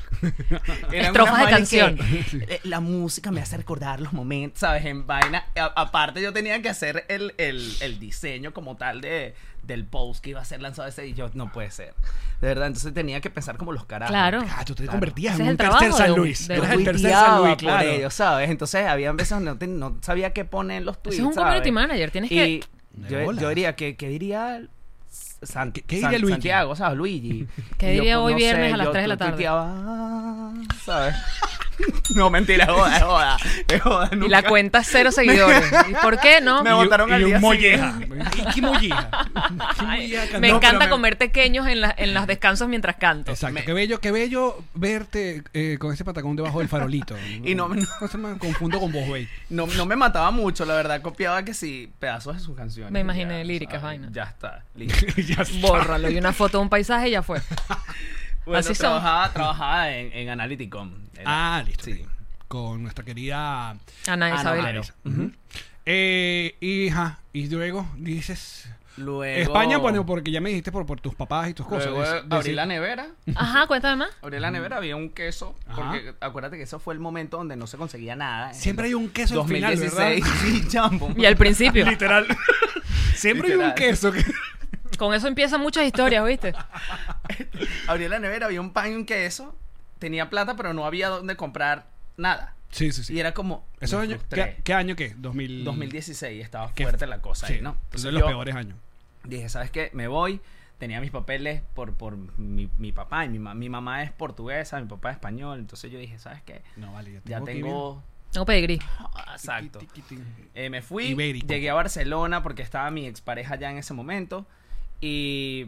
[SPEAKER 5] Eran
[SPEAKER 3] Estrofas
[SPEAKER 5] unas
[SPEAKER 3] de
[SPEAKER 5] vainas que,
[SPEAKER 3] canción.
[SPEAKER 5] eh, la música me hace recordar los momentos, ¿sabes? En vaina. A- aparte, yo tenía que hacer el, el- el diseño como tal de, del post que iba a ser lanzado ese. Y yo, no puede ser. De verdad, entonces tenía que pensar como los carajos.
[SPEAKER 3] Claro.
[SPEAKER 4] Ah, tú te convertías
[SPEAKER 3] Ese es
[SPEAKER 4] en un
[SPEAKER 3] el
[SPEAKER 4] tercer
[SPEAKER 3] trabajo de
[SPEAKER 4] San
[SPEAKER 3] un-
[SPEAKER 4] Luis.
[SPEAKER 3] de
[SPEAKER 4] Tú eras
[SPEAKER 3] un
[SPEAKER 4] el tercer San Luis,
[SPEAKER 5] por
[SPEAKER 4] claro.
[SPEAKER 5] ellos, ¿sabes? Entonces, había veces donde no, te- no sabía qué poner en los tweets.
[SPEAKER 3] es un
[SPEAKER 5] ¿sabes?
[SPEAKER 3] community manager, tienes
[SPEAKER 5] Y
[SPEAKER 3] que-
[SPEAKER 4] De
[SPEAKER 5] Yo,
[SPEAKER 4] bolas.
[SPEAKER 5] yo diría, que qué diría San-
[SPEAKER 4] ¿Qué- qué
[SPEAKER 5] San-
[SPEAKER 4] diría Luigi?
[SPEAKER 5] Santiago, ¿sabes? Luigi.
[SPEAKER 3] ¿Qué
[SPEAKER 5] Y yo,
[SPEAKER 3] diría
[SPEAKER 5] pues,
[SPEAKER 3] hoy
[SPEAKER 5] no
[SPEAKER 3] viernes a las
[SPEAKER 5] yo
[SPEAKER 3] 3 de la
[SPEAKER 5] tu-
[SPEAKER 3] tarde?
[SPEAKER 5] tuiteaba, ¿sabes? No, mentira, es joda, es joda. Es joda,
[SPEAKER 3] Y
[SPEAKER 5] nunca-
[SPEAKER 3] la cuenta cero seguidores. ¿Y por qué no?
[SPEAKER 5] Me botaron
[SPEAKER 4] y,
[SPEAKER 5] al
[SPEAKER 4] y
[SPEAKER 5] día
[SPEAKER 4] un molleja.
[SPEAKER 5] siguiente.
[SPEAKER 4] ¿Y qué molleja? ¿Qué molleja?
[SPEAKER 3] Me
[SPEAKER 4] No,
[SPEAKER 3] encanta
[SPEAKER 4] pero me-
[SPEAKER 3] comer tequeños en, la- en los descansos mientras canto.
[SPEAKER 4] Exacto,
[SPEAKER 5] Me-
[SPEAKER 4] qué bello, qué bello verte eh, con ese patacón debajo del farolito.
[SPEAKER 5] Y no- no-
[SPEAKER 4] se me confundo con vos, güey.
[SPEAKER 5] No, no me mataba mucho, la verdad. Copiaba que sí, pedazos de sus canciones.
[SPEAKER 3] Me
[SPEAKER 5] y
[SPEAKER 3] imaginé
[SPEAKER 5] ya,
[SPEAKER 3] líricas,
[SPEAKER 5] ¿sabes?
[SPEAKER 3] vaina.
[SPEAKER 5] Ya está, listo.
[SPEAKER 4] Ya está.
[SPEAKER 3] Bórralo. Y una foto de un paisaje y ya fue.
[SPEAKER 5] Bueno,
[SPEAKER 3] Así son.
[SPEAKER 5] trabajaba, trabajaba en, en Analyticom. Era-
[SPEAKER 4] Ah, listo.
[SPEAKER 5] Sí.
[SPEAKER 4] Con nuestra querida.
[SPEAKER 3] Ana
[SPEAKER 5] Ah, no,
[SPEAKER 3] Isabel.
[SPEAKER 5] claro.
[SPEAKER 4] Ujú. Eh, y, ajá, y luego dices.
[SPEAKER 5] Luego.
[SPEAKER 4] España, bueno, porque ya me dijiste por, por tus papás y tus cosas.
[SPEAKER 5] Luego,
[SPEAKER 4] Dices-
[SPEAKER 5] abrí
[SPEAKER 4] dices-
[SPEAKER 5] la nevera.
[SPEAKER 3] Ajá, cuéntame más.
[SPEAKER 5] Abrí la nevera, había un queso.
[SPEAKER 4] Ajá.
[SPEAKER 5] Porque acuérdate que eso fue el momento donde no se conseguía nada.
[SPEAKER 4] Siempre hay
[SPEAKER 5] En
[SPEAKER 4] un queso al final,
[SPEAKER 5] 2016, sí, Jumbo.
[SPEAKER 3] Y al principio.
[SPEAKER 4] Literal. Siempre hay un
[SPEAKER 5] Literal.
[SPEAKER 4] queso que.
[SPEAKER 3] Con eso empiezan muchas historias, ¿viste?
[SPEAKER 5] Abrí la nevera, había un pan y un queso. Tenía plata, pero no había dónde comprar nada.
[SPEAKER 4] Sí, sí, sí.
[SPEAKER 5] Y era como.
[SPEAKER 4] ¿Eso
[SPEAKER 5] me
[SPEAKER 4] año-
[SPEAKER 5] frustré.
[SPEAKER 4] ¿qué, qué año qué? 2000...
[SPEAKER 5] 2016 estaba
[SPEAKER 4] ¿Qué?
[SPEAKER 5] fuerte la cosa
[SPEAKER 4] Sí,
[SPEAKER 5] ahí, ¿no?
[SPEAKER 4] Entonces,
[SPEAKER 5] Entonces
[SPEAKER 4] los
[SPEAKER 5] yo
[SPEAKER 4] peores años.
[SPEAKER 5] dije, ¿sabes qué? Me voy. Tenía mis papeles por, por mi, mi papá. Y mi, ma- mi mamá es portuguesa, mi papá es español. Entonces yo dije, ¿sabes qué?
[SPEAKER 4] No, vale, ya
[SPEAKER 5] Ya
[SPEAKER 4] tengo.
[SPEAKER 5] tengo.
[SPEAKER 3] No pedigrí.
[SPEAKER 5] Exacto. Eh, me fui,
[SPEAKER 4] Ibérico.
[SPEAKER 5] llegué a Barcelona porque estaba mi expareja ya en ese momento y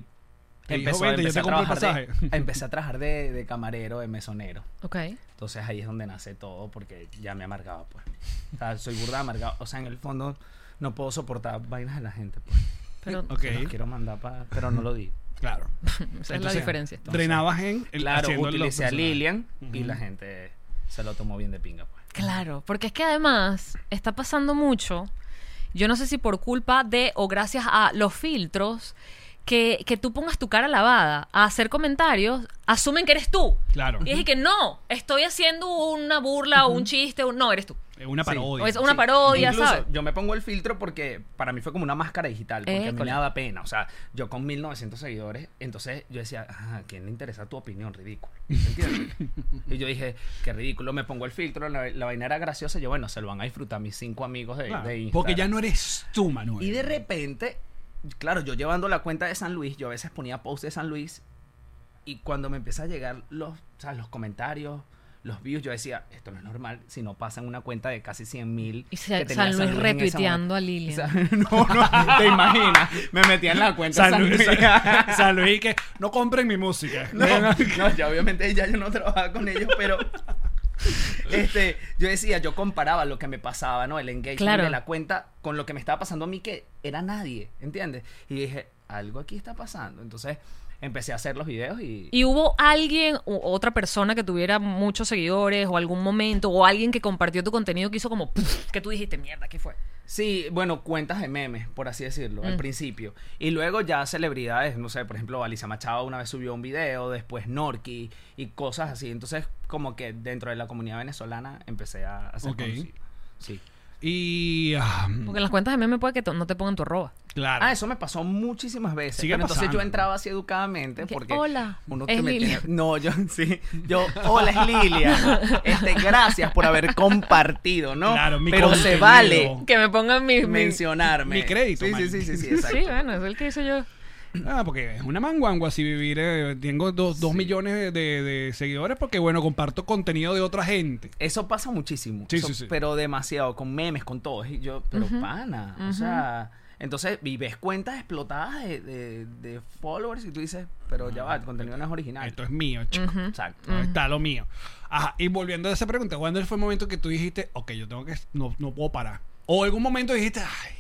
[SPEAKER 4] Te dijo,
[SPEAKER 5] empezó-
[SPEAKER 4] "Vente, yo
[SPEAKER 5] empecé,
[SPEAKER 4] te
[SPEAKER 5] a
[SPEAKER 4] compro el
[SPEAKER 5] trabajar de,
[SPEAKER 4] pasaje".
[SPEAKER 5] empecé a trabajar de, de camarero, de mesonero.
[SPEAKER 3] Ok.
[SPEAKER 5] Entonces ahí es donde nace todo porque ya me amargaba, pues. O sea, soy burda de amargado. O sea, en el fondo no puedo soportar vainas de la gente, pues.
[SPEAKER 3] Pero
[SPEAKER 4] Ok,
[SPEAKER 5] Se los quiero mandar para... Pero no lo digo.
[SPEAKER 4] claro.
[SPEAKER 3] esa es la
[SPEAKER 4] Entonces,
[SPEAKER 3] diferencia.
[SPEAKER 4] Drenabas en el
[SPEAKER 5] Claro,
[SPEAKER 4] haciendo los
[SPEAKER 5] utilicé a
[SPEAKER 4] personajes.
[SPEAKER 5] Lilian y
[SPEAKER 4] Ujú.
[SPEAKER 5] la gente se lo tomó bien de pinga, pues.
[SPEAKER 3] Claro, porque es que además está pasando mucho, yo no sé si por culpa de o gracias a los filtros, que, que tú pongas tu cara lavada a hacer comentarios, asumen que eres tú.
[SPEAKER 4] Claro.
[SPEAKER 3] Y dije que no, estoy haciendo una burla o un chiste, o no, eres tú.
[SPEAKER 4] eh, una
[SPEAKER 5] Sí.
[SPEAKER 4] parodia.
[SPEAKER 3] O es pues, una
[SPEAKER 5] Sí.
[SPEAKER 3] parodia,
[SPEAKER 5] Incluso,
[SPEAKER 3] ¿sabes?
[SPEAKER 5] Yo me pongo el filtro porque para mí fue como una máscara digital, porque a mí me
[SPEAKER 3] École.
[SPEAKER 5] daba pena. O sea, yo con 1900 seguidores, entonces yo decía, "Ah, ¿a quién le interesa tu opinión? Ridículo. ¿Entiendes? y yo dije, qué ridículo. Me pongo el filtro, la, la vaina era graciosa. y yo, bueno, se lo van a disfrutar mis cinco amigos de,
[SPEAKER 4] Claro,
[SPEAKER 5] de Instagram.
[SPEAKER 4] porque ya no eres tú, Manuel.
[SPEAKER 5] Y de repente, claro, yo llevando la cuenta de San Luis, yo a veces ponía post de San Luis y cuando me empieza a llegar los, o sea, los comentarios, los views, yo decía, esto no es normal si no pasan una cuenta de casi 100 mil.
[SPEAKER 3] Y Sa- San Luis retuiteando a Lilian.
[SPEAKER 5] no, no, te imaginas. Me metía en la cuenta de
[SPEAKER 4] San
[SPEAKER 5] San
[SPEAKER 4] Luis,
[SPEAKER 5] Luis.
[SPEAKER 4] San- San Luis que no compren mi música.
[SPEAKER 5] No, no, ya obviamente ya yo no trabajaba con ellos, pero este, yo decía, yo comparaba lo que me pasaba, ¿no? El engagement
[SPEAKER 3] Claro.
[SPEAKER 5] de la cuenta con lo que me estaba pasando a mí que era nadie, ¿entiendes? Y dije, algo aquí está pasando. Entonces, empecé a hacer los videos y,
[SPEAKER 3] ¿Y hubo alguien, u- otra persona que tuviera muchos seguidores o algún momento o alguien que compartió tu contenido que hizo como "Pff", que tú dijiste, mierda, ¿qué fue?
[SPEAKER 5] sí, bueno, cuentas de memes, por así decirlo, al
[SPEAKER 3] Mm.
[SPEAKER 5] principio. Y luego ya celebridades, no sé, por ejemplo, Alicia Machado una vez subió un video, después Norky y cosas así. Entonces, como que dentro de la comunidad venezolana empecé a hacer
[SPEAKER 4] Ok.
[SPEAKER 5] Sí.
[SPEAKER 4] Y. ah,
[SPEAKER 3] Porque en las cuentas de mí me puede que to- no te pongan tu arroba.
[SPEAKER 4] claro.
[SPEAKER 5] Ah, eso me pasó muchísimas veces.
[SPEAKER 4] Sigue
[SPEAKER 5] pero entonces
[SPEAKER 4] pasando.
[SPEAKER 5] yo entraba así educadamente
[SPEAKER 3] Que,
[SPEAKER 5] porque
[SPEAKER 3] "Hola,
[SPEAKER 5] uno
[SPEAKER 3] es
[SPEAKER 5] que me
[SPEAKER 3] Lilia".
[SPEAKER 5] tiene- No, yo sí. Yo, hola es Lilia. Este, gracias por haber compartido, ¿no?
[SPEAKER 4] Claro, mi
[SPEAKER 5] pero se
[SPEAKER 4] contenido.
[SPEAKER 5] vale
[SPEAKER 3] Que me pongan mi... mi- Sí,
[SPEAKER 5] mencionarme.
[SPEAKER 4] mi crédito,
[SPEAKER 5] Sí,
[SPEAKER 4] man.
[SPEAKER 5] sí, sí, sí, sí,
[SPEAKER 3] sí,
[SPEAKER 5] exacto.
[SPEAKER 3] bueno, es el que hice yo.
[SPEAKER 4] Ah, porque es una manguangua si vivir. eh, tengo dos, dos millones de, de- de seguidores porque, bueno, comparto contenido de otra gente.
[SPEAKER 5] Eso pasa muchísimo.
[SPEAKER 4] Sí,
[SPEAKER 5] Eso-
[SPEAKER 4] sí, sí.
[SPEAKER 5] Pero demasiado, con memes, con todo. Y yo, pero pana. O sea, entonces, y ves cuentas explotadas de, de- de followers y tú dices, pero ya va, el contenido no es original.
[SPEAKER 4] Esto es mío, chico.
[SPEAKER 5] Exacto.
[SPEAKER 4] Ah, No, Está lo mío. Ajá, y volviendo a esa pregunta, ¿cuándo fue el momento que tú dijiste, ok, yo tengo que. No, no puedo parar? O algún momento dijiste, ay,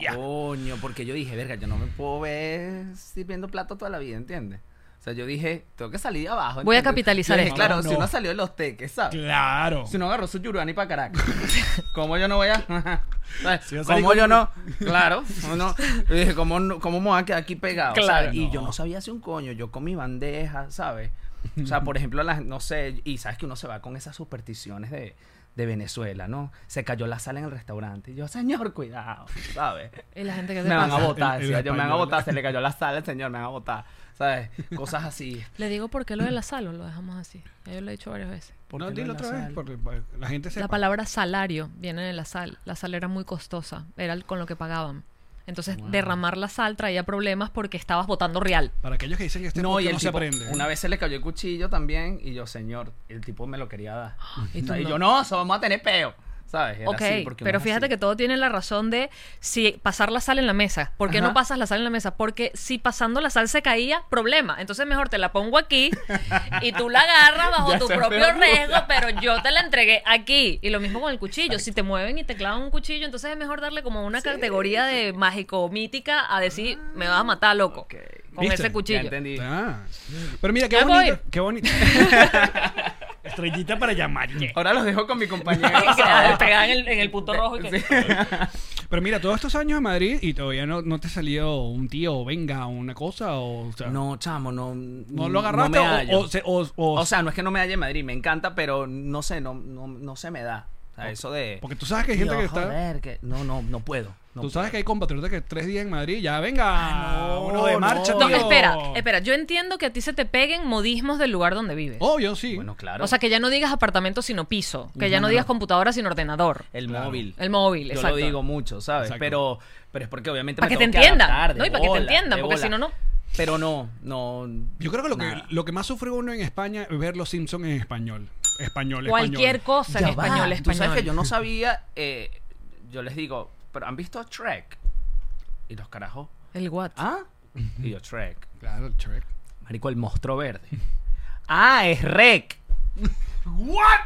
[SPEAKER 4] ya.
[SPEAKER 5] Oh. Coño, porque yo dije, verga, yo no me puedo ver sirviendo plato toda la vida, ¿entiendes? O sea, yo dije, tengo que salir de abajo.
[SPEAKER 3] Voy a
[SPEAKER 5] ¿entiendes?
[SPEAKER 3] capitalizar
[SPEAKER 5] Yo dije,
[SPEAKER 3] esto.
[SPEAKER 5] Claro,
[SPEAKER 4] No,
[SPEAKER 5] si
[SPEAKER 4] no.
[SPEAKER 5] uno salió de los teques, ¿sabes?
[SPEAKER 4] Claro.
[SPEAKER 5] Si uno agarró su yurani para Caracas, ¿cómo yo no voy a...? ¿sabes?
[SPEAKER 4] Si yo salí
[SPEAKER 5] ¿Cómo
[SPEAKER 4] con-
[SPEAKER 5] yo no? Claro, uno, yo dije, ¿cómo, no- ¿cómo me voy a quedar aquí pegado?
[SPEAKER 3] Claro.
[SPEAKER 5] ¿sabes? Y yo
[SPEAKER 4] No.
[SPEAKER 5] no sabía hacer un coño, yo con mi bandeja, ¿sabes? O sea, por ejemplo, las, no sé, y sabes que uno se va con esas supersticiones de, de Venezuela, ¿no? Se cayó la sal en el restaurante. Y yo, señor, cuidado, ¿sabes?
[SPEAKER 3] Y la gente que te
[SPEAKER 5] me van a
[SPEAKER 3] pasa.
[SPEAKER 5] votar,
[SPEAKER 4] El- el
[SPEAKER 5] decía yo, me van a
[SPEAKER 4] español.
[SPEAKER 5] votar, se le cayó la sal al señor, me van a votar, ¿sabes? Cosas así.
[SPEAKER 3] Le digo por qué lo de la sal o lo dejamos así. Ya yo lo he dicho varias veces.
[SPEAKER 5] ¿Por
[SPEAKER 4] no,
[SPEAKER 5] qué
[SPEAKER 4] dilo
[SPEAKER 5] en la
[SPEAKER 4] otra vez,
[SPEAKER 5] sal?
[SPEAKER 4] porque para que la gente se.
[SPEAKER 3] La palabra salario viene de la sal. La sal era muy costosa, era con lo que pagaban. Entonces, derramar la sal traía problemas porque estabas votando real.
[SPEAKER 4] Para aquellos que dicen que este
[SPEAKER 5] no,
[SPEAKER 4] podcast
[SPEAKER 5] y el
[SPEAKER 4] no se
[SPEAKER 5] tipo,
[SPEAKER 4] aprende.
[SPEAKER 5] una vez se le cayó el cuchillo también y yo, señor, el tipo me lo quería dar.
[SPEAKER 3] Y
[SPEAKER 5] Y,
[SPEAKER 3] tú no.
[SPEAKER 5] yo, no, eso vamos a tener peo, ¿sabes? Era
[SPEAKER 3] ok,
[SPEAKER 5] así, porque uno
[SPEAKER 3] pero
[SPEAKER 5] es
[SPEAKER 3] fíjate
[SPEAKER 5] así.
[SPEAKER 3] que todo tiene la razón de si pasar la sal en la mesa. ¿Por qué no
[SPEAKER 5] Ajá.
[SPEAKER 3] pasas la sal en la mesa? Porque si pasando la sal se caía, problema. Entonces mejor te la pongo aquí y tú la agarras bajo
[SPEAKER 5] Ya
[SPEAKER 3] tu
[SPEAKER 5] se
[SPEAKER 3] propio
[SPEAKER 5] fue.
[SPEAKER 3] riesgo, pero yo te la entregué aquí. Y lo mismo con el cuchillo. Si te mueven y te clavan un cuchillo, entonces es mejor darle como una categoría de mágico mítica a decir, me vas a matar, loco,
[SPEAKER 5] Ok.
[SPEAKER 3] con
[SPEAKER 4] ¿Viste?
[SPEAKER 3] ese
[SPEAKER 5] Ya
[SPEAKER 3] cuchillo.
[SPEAKER 5] entendí.
[SPEAKER 4] Ah. Pero mira, qué
[SPEAKER 3] Ya
[SPEAKER 4] bonito.
[SPEAKER 3] voy.
[SPEAKER 4] Qué bonito. Estrellita para llamar.
[SPEAKER 5] Ahora los dejo con mi compañero.
[SPEAKER 3] Que
[SPEAKER 5] ¿sabes?
[SPEAKER 3] pegada en el, en el punto rojo. y que-
[SPEAKER 5] Sí.
[SPEAKER 4] Pero mira, todos estos años en Madrid y todavía no, no te salió un tío o venga o una cosa o, o sea,
[SPEAKER 5] No, chamo, no.
[SPEAKER 4] no lo agarraste
[SPEAKER 5] me
[SPEAKER 4] o-
[SPEAKER 5] hallo.
[SPEAKER 4] o, se- o- o-
[SPEAKER 5] O sea, no es que no me halle en Madrid, me encanta, pero no sé, no, no, no se me da. O sea, eso de.
[SPEAKER 4] porque tú sabes que hay gente
[SPEAKER 5] Tío,
[SPEAKER 4] que está
[SPEAKER 5] joder, que- No, no, no puedo. no
[SPEAKER 4] tú sabes que
[SPEAKER 5] puedo.
[SPEAKER 4] hay compatriotas que tres días en Madrid ya venga
[SPEAKER 5] no,
[SPEAKER 4] uno de
[SPEAKER 5] no.
[SPEAKER 4] marcha
[SPEAKER 3] Ah, No,
[SPEAKER 4] tío.
[SPEAKER 3] espera, espera. Yo entiendo que a ti se te peguen modismos del lugar donde vives.
[SPEAKER 4] Obvio, sí.
[SPEAKER 5] Bueno, claro.
[SPEAKER 3] O sea, que ya no digas apartamento sino piso, que ya no,
[SPEAKER 5] No, no,
[SPEAKER 3] digas
[SPEAKER 5] no.
[SPEAKER 3] computadora sino ordenador.
[SPEAKER 5] El
[SPEAKER 4] Claro.
[SPEAKER 5] móvil.
[SPEAKER 3] El móvil,
[SPEAKER 5] Yo
[SPEAKER 3] exacto.
[SPEAKER 5] lo digo mucho, ¿sabes?
[SPEAKER 4] Exacto.
[SPEAKER 5] Pero pero es porque obviamente
[SPEAKER 3] Pa'
[SPEAKER 5] me
[SPEAKER 3] que
[SPEAKER 5] tengo
[SPEAKER 3] te entiendan,
[SPEAKER 5] adaptar, de
[SPEAKER 3] ¿no? Y pa' que te
[SPEAKER 5] bola,
[SPEAKER 3] entiendan,
[SPEAKER 5] de
[SPEAKER 3] porque
[SPEAKER 5] bola.
[SPEAKER 3] si no, no.
[SPEAKER 5] Pero no, no.
[SPEAKER 4] Yo creo que lo, que
[SPEAKER 5] nada.
[SPEAKER 4] lo que más sufre uno en España es ver los Simpsons en español. Español,
[SPEAKER 3] Cualquier
[SPEAKER 4] español.
[SPEAKER 3] cosa en
[SPEAKER 5] Ya va,
[SPEAKER 3] español,
[SPEAKER 5] Tú
[SPEAKER 3] español.
[SPEAKER 5] sabes que yo no sabía, eh, yo les digo, pero ¿han visto Trek? Y los carajos,
[SPEAKER 3] El what.
[SPEAKER 5] ¿ah? Y yo, Trek.
[SPEAKER 4] Claro, Shrek.
[SPEAKER 5] Marico, el monstruo verde. ah, es Rec. ¿What?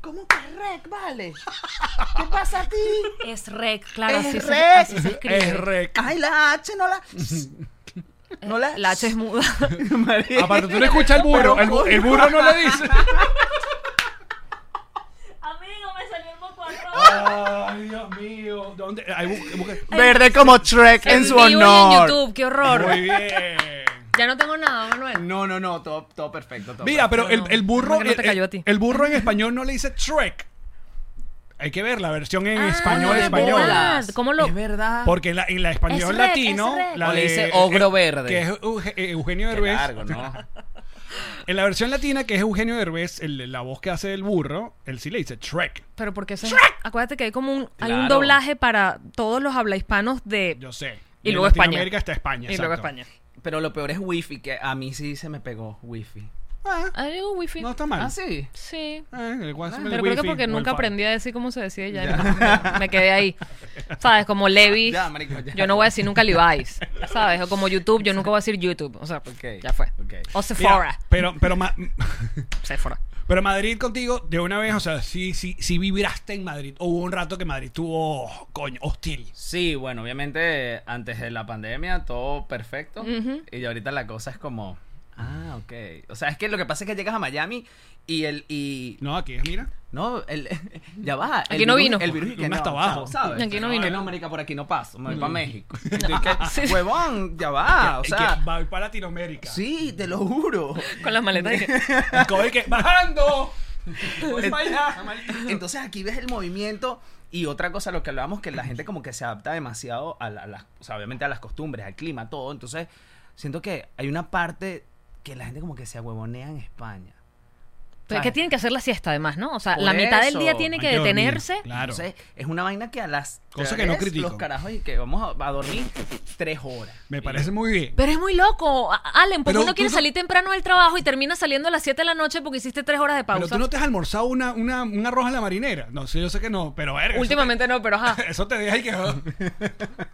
[SPEAKER 5] ¿Cómo que Rec, vale? ¿Qué pasa a ti?
[SPEAKER 3] Es rec, claro,
[SPEAKER 5] Es
[SPEAKER 3] así, Se,
[SPEAKER 5] rec.
[SPEAKER 3] así se escribe.
[SPEAKER 4] Es Rec.
[SPEAKER 5] Ay, la H no la... No la...
[SPEAKER 3] La H es muda.
[SPEAKER 5] Marico.
[SPEAKER 4] Aparte, tú no escuchas el burro. El, bu- el burro no le dice.
[SPEAKER 3] Amigo, me salió el moco
[SPEAKER 4] Ay, Dios mío. ¿Dónde? Ahí bu- busca-
[SPEAKER 5] Verde como Trek en su honor.
[SPEAKER 3] en YouTube, qué horror.
[SPEAKER 4] Muy bien.
[SPEAKER 3] Ya no tengo nada, Manuel.
[SPEAKER 5] No, no, no, todo, todo perfecto. todo
[SPEAKER 4] Mira, pero
[SPEAKER 3] No,
[SPEAKER 4] el,
[SPEAKER 3] no.
[SPEAKER 4] el burro.
[SPEAKER 3] Menos que no te
[SPEAKER 4] el-
[SPEAKER 3] cayó a
[SPEAKER 4] el-
[SPEAKER 3] ti.
[SPEAKER 4] el burro en español no le dice Shrek. Hay que ver la versión en
[SPEAKER 3] Ah,
[SPEAKER 4] español,
[SPEAKER 3] de
[SPEAKER 4] español.
[SPEAKER 3] bola. ¿Cómo lo-
[SPEAKER 5] Es verdad.
[SPEAKER 4] Porque en la, en la español
[SPEAKER 3] Es rec,
[SPEAKER 4] latino,
[SPEAKER 3] es rec.
[SPEAKER 4] la
[SPEAKER 5] O le
[SPEAKER 4] de- eh,
[SPEAKER 5] dice ogro verde.
[SPEAKER 4] Que es Euge- eh, Eugenio
[SPEAKER 5] Qué
[SPEAKER 4] Derbez.
[SPEAKER 5] largo, ¿no?
[SPEAKER 4] En la versión latina, que es Eugenio Derbez, el- la voz que hace el burro, él sí le dice Trek.
[SPEAKER 3] Pero porque eso es- acuérdate que hay como un, hay un
[SPEAKER 5] Claro.
[SPEAKER 3] doblaje para todos los habla hispanos de
[SPEAKER 4] Yo sé.
[SPEAKER 3] Y
[SPEAKER 4] De
[SPEAKER 3] luego España.
[SPEAKER 4] Latinoamérica hasta España.
[SPEAKER 3] y luego
[SPEAKER 4] exacto.
[SPEAKER 3] España.
[SPEAKER 5] Pero lo peor es wifi, que a mí sí se me pegó wifi.
[SPEAKER 4] Ah,
[SPEAKER 3] Ah, digo wifi.
[SPEAKER 4] no está mal.
[SPEAKER 5] Ah, sí.
[SPEAKER 3] Sí.
[SPEAKER 4] Ah, el WhatsApp, el
[SPEAKER 3] Pero creo que
[SPEAKER 4] wifi,
[SPEAKER 3] porque nunca
[SPEAKER 4] wifi.
[SPEAKER 3] aprendí a decir cómo se decía y ya, no, me quedé ahí. ¿Sabes? Como Levis.
[SPEAKER 5] Ya, marico, ya.
[SPEAKER 3] Yo no voy a decir nunca Levi's. ¿Sabes? O como YouTube, yo nunca voy a decir YouTube. O sea,
[SPEAKER 5] Ok,
[SPEAKER 3] ya fue.
[SPEAKER 5] ok.
[SPEAKER 3] O
[SPEAKER 4] Mira,
[SPEAKER 3] Sephora.
[SPEAKER 4] pero, pero, ma-
[SPEAKER 3] Sephora.
[SPEAKER 4] pero Madrid contigo, de una vez, o sea, sí, sí, sí vibraste en Madrid. O Hubo un rato que Madrid tuvo, coño, hostil.
[SPEAKER 5] Sí, bueno, obviamente antes de la pandemia todo perfecto.
[SPEAKER 3] Ujú.
[SPEAKER 5] Y ahorita la cosa es como. Ah, ok. O sea, es que lo que pasa es que llegas a Miami y el. Y,
[SPEAKER 4] No, aquí es, mira.
[SPEAKER 5] no, el, ya va. El
[SPEAKER 3] Aquí no vino.
[SPEAKER 5] virus- El virus y
[SPEAKER 4] No
[SPEAKER 5] que
[SPEAKER 4] está
[SPEAKER 5] chao,
[SPEAKER 4] abajo. Mm.
[SPEAKER 5] ¿sabes?
[SPEAKER 3] Aquí no vino.
[SPEAKER 5] Que no, marica, por aquí no paso. Me voy para México. Y que,
[SPEAKER 3] Sí.
[SPEAKER 5] Huevón, ya va. Ah, O
[SPEAKER 4] Y
[SPEAKER 5] sea,
[SPEAKER 4] que va para Latinoamérica.
[SPEAKER 5] sí, te lo juro.
[SPEAKER 3] Con las maletas. y que-
[SPEAKER 4] Y como de que, ¡Bajando!
[SPEAKER 5] Pues,
[SPEAKER 4] Voy para allá.
[SPEAKER 5] Entonces aquí ves el movimiento y otra cosa, lo que hablábamos, que la gente como que se adapta demasiado a, la- a las, o sea, obviamente a las costumbres, al clima, todo. Entonces siento que hay una parte que la gente como que se ahuevonea en España.
[SPEAKER 3] Pero es que tienen que hacer la siesta además, ¿no? O sea,
[SPEAKER 5] Por
[SPEAKER 3] la mitad del
[SPEAKER 5] eso.
[SPEAKER 3] día tiene
[SPEAKER 4] Hay
[SPEAKER 3] que
[SPEAKER 4] dormir,
[SPEAKER 3] detenerse.
[SPEAKER 4] Claro.
[SPEAKER 5] Entonces, es una vaina que a las
[SPEAKER 4] Cosa
[SPEAKER 5] tres,
[SPEAKER 4] que no critico.
[SPEAKER 5] los carajos y que vamos a, a dormir tres horas.
[SPEAKER 4] Me parece muy bien.
[SPEAKER 3] Pero es muy loco, A- Allen, porque
[SPEAKER 4] Pero
[SPEAKER 3] uno
[SPEAKER 4] tú
[SPEAKER 3] quiere
[SPEAKER 4] no-
[SPEAKER 3] salir temprano del trabajo y termina saliendo a las 7 de la noche porque hiciste 3 horas de pausa.
[SPEAKER 4] Pero tú no te has almorzado una, una, un arroz a la marinera. No sé, yo sé que no, pero verga. eso
[SPEAKER 3] Últimamente no, pero ajá.
[SPEAKER 4] te- Eso te deja ahí que.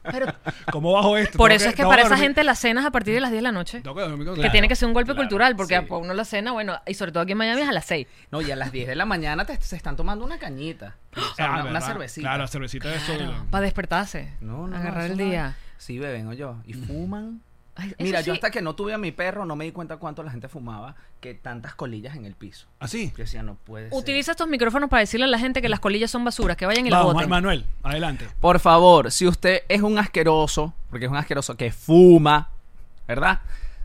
[SPEAKER 3] Pero
[SPEAKER 4] ¿Cómo bajo esto?
[SPEAKER 3] por
[SPEAKER 4] Tengo
[SPEAKER 3] eso es que
[SPEAKER 4] tengo
[SPEAKER 3] para esa
[SPEAKER 4] dormir-
[SPEAKER 3] gente las cenas a partir de las 10 de la noche.
[SPEAKER 4] tengo que dormir con-
[SPEAKER 3] Que
[SPEAKER 4] claro.
[SPEAKER 3] tiene que ser un golpe
[SPEAKER 5] claro,
[SPEAKER 3] cultural, porque
[SPEAKER 5] sí.
[SPEAKER 3] a- para uno la cena, bueno, y sobre todo aquí en Miami es a las 6.
[SPEAKER 5] No, y a las 10 de la mañana te, se están tomando una cañita. O sea,
[SPEAKER 4] Ah,
[SPEAKER 5] una, una
[SPEAKER 4] ¿verdad?
[SPEAKER 5] cervecita.
[SPEAKER 4] Claro, la cervecita de sol.
[SPEAKER 3] Para despertarse.
[SPEAKER 5] No, no,
[SPEAKER 3] Agarrar
[SPEAKER 5] eso
[SPEAKER 3] el
[SPEAKER 5] no.
[SPEAKER 3] día.
[SPEAKER 5] Sí, beben, o yo. Y
[SPEAKER 4] Mm.
[SPEAKER 5] fuman.
[SPEAKER 3] Ay, eso
[SPEAKER 5] Mira, yo
[SPEAKER 3] sí.
[SPEAKER 5] hasta que no tuve a mi perro no me di cuenta cuánto la gente fumaba, que tantas colillas en el piso.
[SPEAKER 4] Así.
[SPEAKER 5] Yo decía, no puede ser.
[SPEAKER 3] Utiliza estos micrófonos para decirle a la gente que las colillas son basura, que vayan y las
[SPEAKER 4] Vamos,
[SPEAKER 3] boten.
[SPEAKER 4] Manuel, adelante.
[SPEAKER 5] Por favor, si usted es un asqueroso, porque es un asqueroso que fuma, ¿verdad?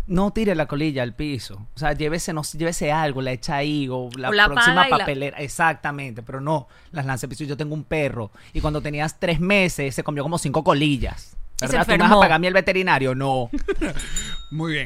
[SPEAKER 5] No tire la colilla al piso. O sea, llévese, no, llévese algo, la echa ahí o la,
[SPEAKER 3] O la
[SPEAKER 5] próxima
[SPEAKER 3] apaga y la-
[SPEAKER 5] papelera. Exactamente, pero no, las lanza al piso. Yo tengo un perro y cuando tenías tres meses se comió como cinco colillas.
[SPEAKER 3] Y se
[SPEAKER 5] ¿Verdad? ¿Tú me vas a
[SPEAKER 3] enfermó.
[SPEAKER 5] pagar a mí el veterinario? No.
[SPEAKER 4] Muy bien.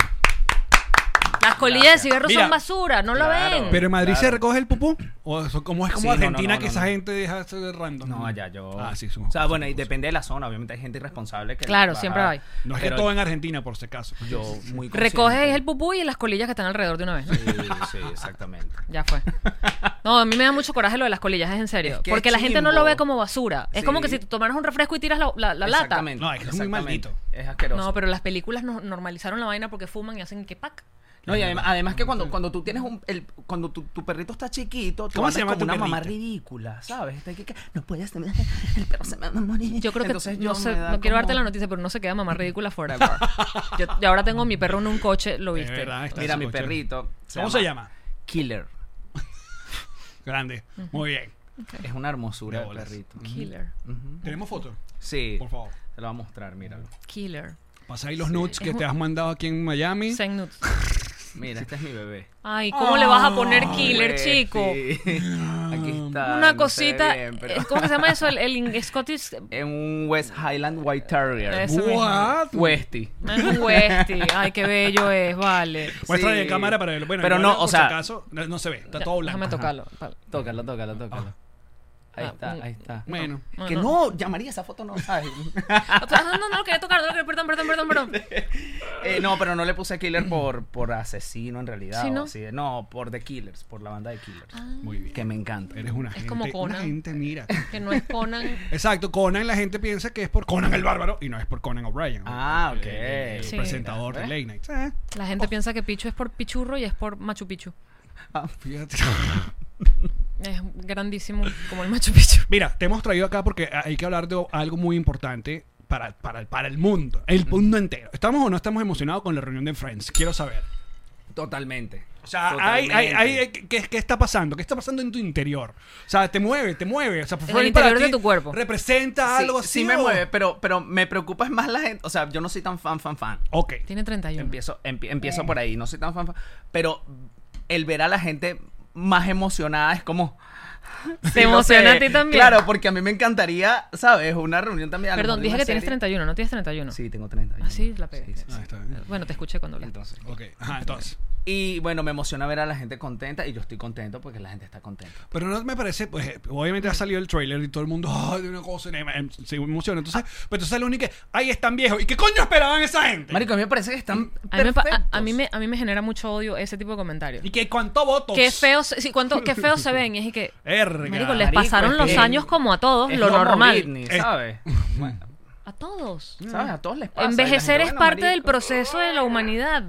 [SPEAKER 3] Las colillas de cigarro
[SPEAKER 4] Mira,
[SPEAKER 3] son basura, no
[SPEAKER 5] claro.
[SPEAKER 3] lo ven.
[SPEAKER 4] ¿Pero en Madrid se
[SPEAKER 5] Claro.
[SPEAKER 4] recoge el pupú? ¿O eso- cómo es como
[SPEAKER 5] Sí, no,
[SPEAKER 4] Argentina
[SPEAKER 5] no, no,
[SPEAKER 4] que
[SPEAKER 5] no,
[SPEAKER 4] esa
[SPEAKER 5] no.
[SPEAKER 4] gente deja eso de random?
[SPEAKER 5] No, allá yo.
[SPEAKER 4] Ah, sí, somos-
[SPEAKER 5] O sea, bueno, y
[SPEAKER 4] somos-
[SPEAKER 5] depende de la zona. Obviamente hay gente irresponsable que.
[SPEAKER 3] Claro,
[SPEAKER 5] baja-
[SPEAKER 3] siempre hay.
[SPEAKER 4] No es que
[SPEAKER 5] pero
[SPEAKER 4] todo en Argentina, por si acaso.
[SPEAKER 5] Yo muy
[SPEAKER 3] Recoges el pupú y las colillas que están alrededor de una vez. ¿no?
[SPEAKER 5] consciente. Sí, sí, exactamente.
[SPEAKER 3] Ya fue. No, a mí me da mucho coraje lo de las colillas, es en serio.
[SPEAKER 5] Es que
[SPEAKER 3] porque
[SPEAKER 5] es
[SPEAKER 3] la gente no lo
[SPEAKER 5] chimbo.
[SPEAKER 3] ve como basura. Es como que
[SPEAKER 5] Sí.
[SPEAKER 3] si te tomaras un refresco y tiras la, la- la lata.
[SPEAKER 5] Exactamente,
[SPEAKER 4] No, es que es muy
[SPEAKER 5] exactamente.
[SPEAKER 4] maldito.
[SPEAKER 5] Es asqueroso.
[SPEAKER 3] No, pero las películas no- normalizaron la vaina porque fuman y hacen que pack.
[SPEAKER 5] No, y además, además que cuando, cuando tú tienes un. El, cuando tu, tu perrito está chiquito, tú
[SPEAKER 4] ¿Cómo se
[SPEAKER 5] andas
[SPEAKER 4] llama
[SPEAKER 5] como
[SPEAKER 4] tu
[SPEAKER 5] una mamá
[SPEAKER 4] perrito?
[SPEAKER 5] ridícula, ¿sabes? Está que- que, no puedes tener. El perro se me va a morir.
[SPEAKER 3] Yo creo que
[SPEAKER 5] Entonces
[SPEAKER 3] no
[SPEAKER 5] yo
[SPEAKER 3] sé,
[SPEAKER 5] me da
[SPEAKER 3] no quiero darte
[SPEAKER 5] como-
[SPEAKER 3] la noticia, pero no se queda mamá ridícula forever. yo, yo ahora tengo a mi perro en un coche, lo
[SPEAKER 4] De
[SPEAKER 3] viste.
[SPEAKER 4] verdad, está
[SPEAKER 5] Mira,
[SPEAKER 4] en su
[SPEAKER 5] mi
[SPEAKER 4] coche.
[SPEAKER 5] perrito.
[SPEAKER 4] ¿Cómo se llama?
[SPEAKER 5] Killer.
[SPEAKER 4] Grande. Muy bien.
[SPEAKER 5] Es una hermosura
[SPEAKER 4] De
[SPEAKER 5] el
[SPEAKER 4] bolas.
[SPEAKER 5] perrito.
[SPEAKER 3] Killer.
[SPEAKER 5] Ujú.
[SPEAKER 4] ¿Tenemos foto?
[SPEAKER 5] Sí.
[SPEAKER 4] Por favor.
[SPEAKER 5] Te lo voy a mostrar, míralo.
[SPEAKER 3] Killer.
[SPEAKER 4] Pasa ahí los nudes que
[SPEAKER 3] Es un-
[SPEAKER 4] te has mandado aquí en Miami.
[SPEAKER 3] Zen nudes.
[SPEAKER 5] Mira, este es mi bebé.
[SPEAKER 3] Ay, ¿cómo le vas a poner killer,
[SPEAKER 5] Pues,
[SPEAKER 3] chico?
[SPEAKER 5] sí. Aquí
[SPEAKER 3] Una
[SPEAKER 5] está. no se ve
[SPEAKER 3] cosita. eh,
[SPEAKER 5] bien, pero-
[SPEAKER 3] ¿Cómo que se llama eso? El, el Scottish.
[SPEAKER 5] Es un West Highland White Terrier.
[SPEAKER 3] Eso mismo.
[SPEAKER 4] What?
[SPEAKER 5] Westy.
[SPEAKER 3] Un Westie. Ay, qué bello es, vale.
[SPEAKER 4] Muéstrale
[SPEAKER 5] Sí.
[SPEAKER 4] en cámara para verlo. Bueno,
[SPEAKER 5] Pero
[SPEAKER 4] igual,
[SPEAKER 5] no, o
[SPEAKER 4] por si
[SPEAKER 5] sea-
[SPEAKER 4] acaso, no, no se ve, está todo blanco.
[SPEAKER 3] Déjame tocarlo. Vale.
[SPEAKER 5] Tócalo, tócalo, tócalo. Ahí
[SPEAKER 3] Ah,
[SPEAKER 5] está,
[SPEAKER 3] mm.
[SPEAKER 5] ahí está.
[SPEAKER 4] Bueno.
[SPEAKER 5] Que no, llamaría esa foto, no sabes.
[SPEAKER 3] Ah, O sea, No, no, no lo quería tocar, no lo quería, perdón, perdón, perdón, perdón.
[SPEAKER 5] Eh, no, pero no le puse Killer por, por asesino en realidad.
[SPEAKER 3] Sí,
[SPEAKER 5] o
[SPEAKER 3] ¿no? Ah.
[SPEAKER 5] así de- no, por The Killers, por la banda de Killers.
[SPEAKER 4] Muy bien.
[SPEAKER 5] Que me encanta.
[SPEAKER 4] Eres una gente.
[SPEAKER 3] como
[SPEAKER 4] Una
[SPEAKER 3] Conan.
[SPEAKER 4] gente, mira.
[SPEAKER 3] Que no exponan.
[SPEAKER 4] Exacto, Conan la gente piensa que es por Conan el Bárbaro y no es por Conan O'Brien.
[SPEAKER 5] Ah, ok.
[SPEAKER 4] El
[SPEAKER 3] Sí.
[SPEAKER 4] presentador de
[SPEAKER 5] ¿Eh?
[SPEAKER 4] Late Night. Eh,
[SPEAKER 3] La gente piensa que Pichu es por Pichurro y es por Machu Picchu.
[SPEAKER 5] Ah,
[SPEAKER 4] fíjate.
[SPEAKER 3] Es grandísimo como el Machu Picchu.
[SPEAKER 4] Mira, te hemos traído acá porque hay que hablar de algo muy importante para, para, para el mundo,
[SPEAKER 3] Mm.
[SPEAKER 4] el mundo entero. ¿Estamos o no estamos emocionados con la reunión de Friends? Quiero saber.
[SPEAKER 5] Totalmente.
[SPEAKER 4] O sea, hay,
[SPEAKER 5] Totalmente.
[SPEAKER 4] hay, hay- ¿qué, qué está pasando? ¿Qué está pasando en tu interior? O sea, te mueve, te mueve. O sea,
[SPEAKER 3] el
[SPEAKER 4] Friends
[SPEAKER 3] interior
[SPEAKER 4] para
[SPEAKER 3] de
[SPEAKER 4] ti
[SPEAKER 3] tu cuerpo.
[SPEAKER 4] ¿Representa
[SPEAKER 5] Sí,
[SPEAKER 4] algo así?
[SPEAKER 5] Sí me
[SPEAKER 4] o-
[SPEAKER 5] mueve, pero, pero me preocupa es más la gente. O sea, yo no soy tan fan, fan, fan.
[SPEAKER 4] Ok.
[SPEAKER 3] Tiene 31. Eh.
[SPEAKER 5] Empiezo, empie- empiezo por ahí, no soy tan fan, fan, pero el ver a la gente más emocionada, es como...
[SPEAKER 3] Te
[SPEAKER 5] no sé.
[SPEAKER 3] emociona a ti también.
[SPEAKER 5] Claro, porque a mí me encantaría, ¿sabes? Una reunión también. a lo
[SPEAKER 3] Perdón,
[SPEAKER 5] mejor de
[SPEAKER 3] dije
[SPEAKER 5] una
[SPEAKER 3] que tienes
[SPEAKER 5] serie.
[SPEAKER 3] 31, no tienes 31.
[SPEAKER 5] Sí, tengo 30.
[SPEAKER 3] Ah, sí, la pegué.
[SPEAKER 5] Sí, sí,
[SPEAKER 4] Ah,
[SPEAKER 5] sí.
[SPEAKER 4] está bien.
[SPEAKER 3] Bueno, te escuché cuando hablaste.
[SPEAKER 5] Entonces,
[SPEAKER 4] Ok, ajá, entonces.
[SPEAKER 5] y bueno, me emociona ver a la gente contenta y yo estoy contento porque la gente está contenta.
[SPEAKER 4] Pero no me parece, pues eh, obviamente ha salido el trailer y todo el mundo, ay, de una cosa, y, eh, se emociona. Entonces,
[SPEAKER 3] Ah.
[SPEAKER 4] pero entonces lo único que, ay, están viejos. ¿Y qué coño esperaban esa gente?
[SPEAKER 5] Marico, a mí me parece que están
[SPEAKER 3] A mí, me, pa-
[SPEAKER 5] perfectos.
[SPEAKER 3] a, a mí me, a mí me genera mucho odio ese tipo de comentarios.
[SPEAKER 4] ¿Y que cuánto votos?
[SPEAKER 3] Qué feos, sí, cuánto, qué feos se ven. Y es que,
[SPEAKER 4] Erga.
[SPEAKER 3] marico, les
[SPEAKER 5] Marico,
[SPEAKER 3] pasaron
[SPEAKER 5] es
[SPEAKER 3] los
[SPEAKER 5] que-
[SPEAKER 3] años como a todos,
[SPEAKER 5] Es
[SPEAKER 3] lo
[SPEAKER 5] como
[SPEAKER 3] normal.
[SPEAKER 5] Britney,
[SPEAKER 4] Eh.
[SPEAKER 5] ¿sabes? Bueno,
[SPEAKER 3] A todos.
[SPEAKER 5] ¿Sabes? A todos les pasa.
[SPEAKER 3] Envejecer es parte del
[SPEAKER 5] proceso
[SPEAKER 3] proceso de la humanidad.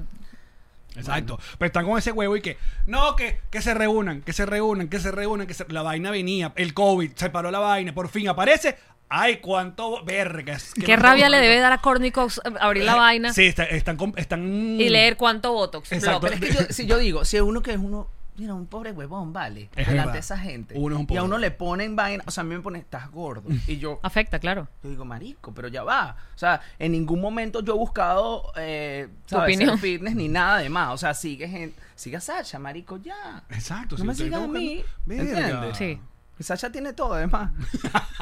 [SPEAKER 4] Exacto. Pero están con ese huevo y que, no, que, que se reúnan, que se reúnan, que se reúnan, que se- la vaina venía, el COVID, se paró la vaina, por fin aparece. Ay, cuánto vo- vergas. que
[SPEAKER 3] Qué
[SPEAKER 4] no-
[SPEAKER 3] rabia le debe dar a Courtney Cox abrir la vaina
[SPEAKER 4] Sí, está- están, com- están
[SPEAKER 3] y leer cuánto Botox.
[SPEAKER 4] Exacto.
[SPEAKER 3] Block.
[SPEAKER 5] Pero es que yo, si yo digo, si uno que es uno, mira, un pobre huevón, vale,
[SPEAKER 4] Es
[SPEAKER 5] delante
[SPEAKER 4] verdad.
[SPEAKER 5] de esa gente.
[SPEAKER 4] Uno es un
[SPEAKER 5] Y a
[SPEAKER 4] pobre. Ah.
[SPEAKER 5] uno le ponen vaina, o sea, a mí me ponen, estás gordo. Y yo,
[SPEAKER 3] Afecta, claro.
[SPEAKER 5] yo digo, marico, pero ya va. O sea, en ningún momento yo he buscado, eh,
[SPEAKER 3] Tu
[SPEAKER 5] ¿sabes? ser
[SPEAKER 3] opinión.
[SPEAKER 5] fitness ni nada de más. O sea, sigue gente, sigue a Sacha, marico, ya.
[SPEAKER 4] Exacto.
[SPEAKER 5] No
[SPEAKER 4] sí,
[SPEAKER 5] me
[SPEAKER 4] estoy
[SPEAKER 5] sigas a
[SPEAKER 4] buscando-
[SPEAKER 5] mí,
[SPEAKER 4] Verga.
[SPEAKER 5] ¿entiendes?
[SPEAKER 3] Ah. Sí.
[SPEAKER 5] Sacha tiene todo, además.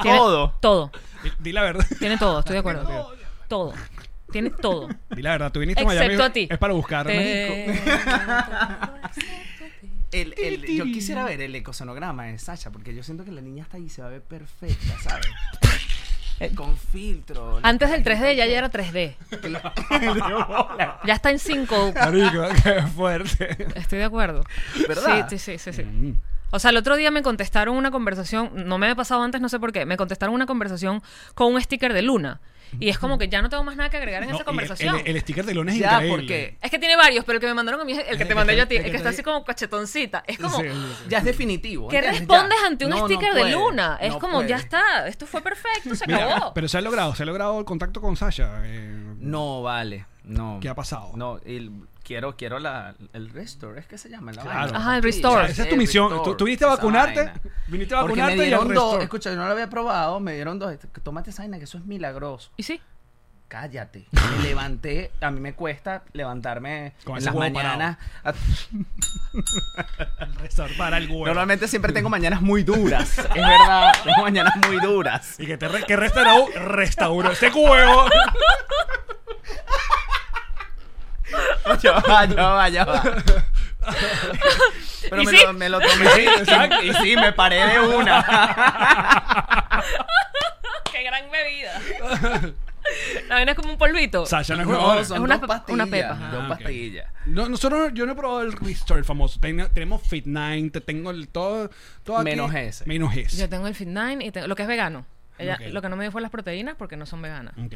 [SPEAKER 3] Tiene
[SPEAKER 5] Ah. todo.
[SPEAKER 3] Todo.
[SPEAKER 4] Di- Di la verdad.
[SPEAKER 3] Tiene todo, estoy de acuerdo. todo. Tiene todo. Eh,
[SPEAKER 4] Di la verdad. Tú viniste a Miami.
[SPEAKER 3] Excepto a ti.
[SPEAKER 4] Es para buscarme.
[SPEAKER 3] Te-
[SPEAKER 5] El, el- yo quisiera ver el ecosonograma de Sacha, porque yo siento que la niña está ahí y se va a ver perfecta, ¿sabes? Con filtro. la
[SPEAKER 3] Antes del
[SPEAKER 5] carajita
[SPEAKER 3] 3D ya,
[SPEAKER 5] que-
[SPEAKER 3] ya era 3D. Ya está en 5.
[SPEAKER 4] Marico, qué fuerte.
[SPEAKER 3] Estoy de acuerdo.
[SPEAKER 5] ¿Verdad?
[SPEAKER 3] Sí, sí, sí, sí, sí. O sea, el otro día me contestaron una conversación, no me había pasado antes, no sé por qué, me contestaron una conversación con un sticker de Luna. Y es como que ya no tengo más nada que agregar en
[SPEAKER 4] No, y
[SPEAKER 3] esa
[SPEAKER 4] el-
[SPEAKER 3] conversación.
[SPEAKER 4] El, el sticker de lunes es
[SPEAKER 5] Ya,
[SPEAKER 4] increíble.
[SPEAKER 5] porque
[SPEAKER 3] Es que tiene varios, pero el que me mandaron a mí es el que te mandé yo a ti, el que está así como cachetoncita. Es como,
[SPEAKER 4] Sí, sí, sí.
[SPEAKER 5] ya es definitivo.
[SPEAKER 3] ¿qué
[SPEAKER 5] ¿entiendes?
[SPEAKER 3] respondes
[SPEAKER 5] Ya.
[SPEAKER 3] ante un
[SPEAKER 5] No, no
[SPEAKER 3] sticker de
[SPEAKER 5] puede,
[SPEAKER 3] luna? Es
[SPEAKER 5] no
[SPEAKER 3] como, ya
[SPEAKER 5] puede.
[SPEAKER 3] está, esto fue perfecto, se
[SPEAKER 4] Mira,
[SPEAKER 3] acabó.
[SPEAKER 4] pero se ha logrado, se ha logrado el contacto con Sasha. eh,
[SPEAKER 5] No, vale. No.
[SPEAKER 4] ¿Qué ha pasado?
[SPEAKER 5] No, y quiero, quiero la, el restore, es que se llama la
[SPEAKER 4] Claro.
[SPEAKER 5] vaina.
[SPEAKER 3] Ajá, el
[SPEAKER 5] Sí,
[SPEAKER 4] O
[SPEAKER 3] restore.
[SPEAKER 4] sea, esa es tu
[SPEAKER 5] el
[SPEAKER 4] misión.
[SPEAKER 5] restore,
[SPEAKER 4] Tú, tú viniste a
[SPEAKER 5] esa
[SPEAKER 4] vacunarte.
[SPEAKER 5] vaina.
[SPEAKER 4] Viniste a
[SPEAKER 5] Porque me
[SPEAKER 4] vacunarte y al
[SPEAKER 5] dieron dos,
[SPEAKER 4] resto.
[SPEAKER 5] escucha, yo no lo había probado, me dieron dos, este, que tómate esa vaina que eso es milagroso.
[SPEAKER 3] ¿Y sí?
[SPEAKER 5] Cállate. Me levanté, a mí me cuesta levantarme
[SPEAKER 4] Con
[SPEAKER 5] en
[SPEAKER 4] ese
[SPEAKER 5] las
[SPEAKER 4] huevo
[SPEAKER 5] mañanas. Ah,
[SPEAKER 4] Para el huevo.
[SPEAKER 5] Normalmente siempre tengo mañanas muy duras, es verdad, tengo mañanas muy duras.
[SPEAKER 4] Y que te re, que restauró, restauró ese huevo.
[SPEAKER 5] Ya va, ya va, ya va. Pero
[SPEAKER 3] Ah. ¿Y
[SPEAKER 5] me,
[SPEAKER 3] sí?
[SPEAKER 5] lo, me lo tomé y sí, me paré de una.
[SPEAKER 3] ¡Qué gran bebida! La vaina es como un polvito.
[SPEAKER 4] Sasha no es
[SPEAKER 5] No,
[SPEAKER 4] huevona.
[SPEAKER 5] son
[SPEAKER 3] una
[SPEAKER 5] dos
[SPEAKER 3] pe-
[SPEAKER 5] pastillas.
[SPEAKER 3] una pepa, ajá.
[SPEAKER 5] Dos
[SPEAKER 4] Ah, ok.
[SPEAKER 5] pastillas.
[SPEAKER 4] No, nosotros, yo no he probado el Restore, el famoso. Ten- tenemos Fit 9, te tengo el todo. todo aquí.
[SPEAKER 5] Menos ese.
[SPEAKER 4] Menos ese.
[SPEAKER 3] Yo tengo el Fit 9 y tengo- lo que es vegano. Ella-
[SPEAKER 4] Ok.
[SPEAKER 3] Lo que no me dio fue las proteínas porque no son veganas.
[SPEAKER 4] Ok.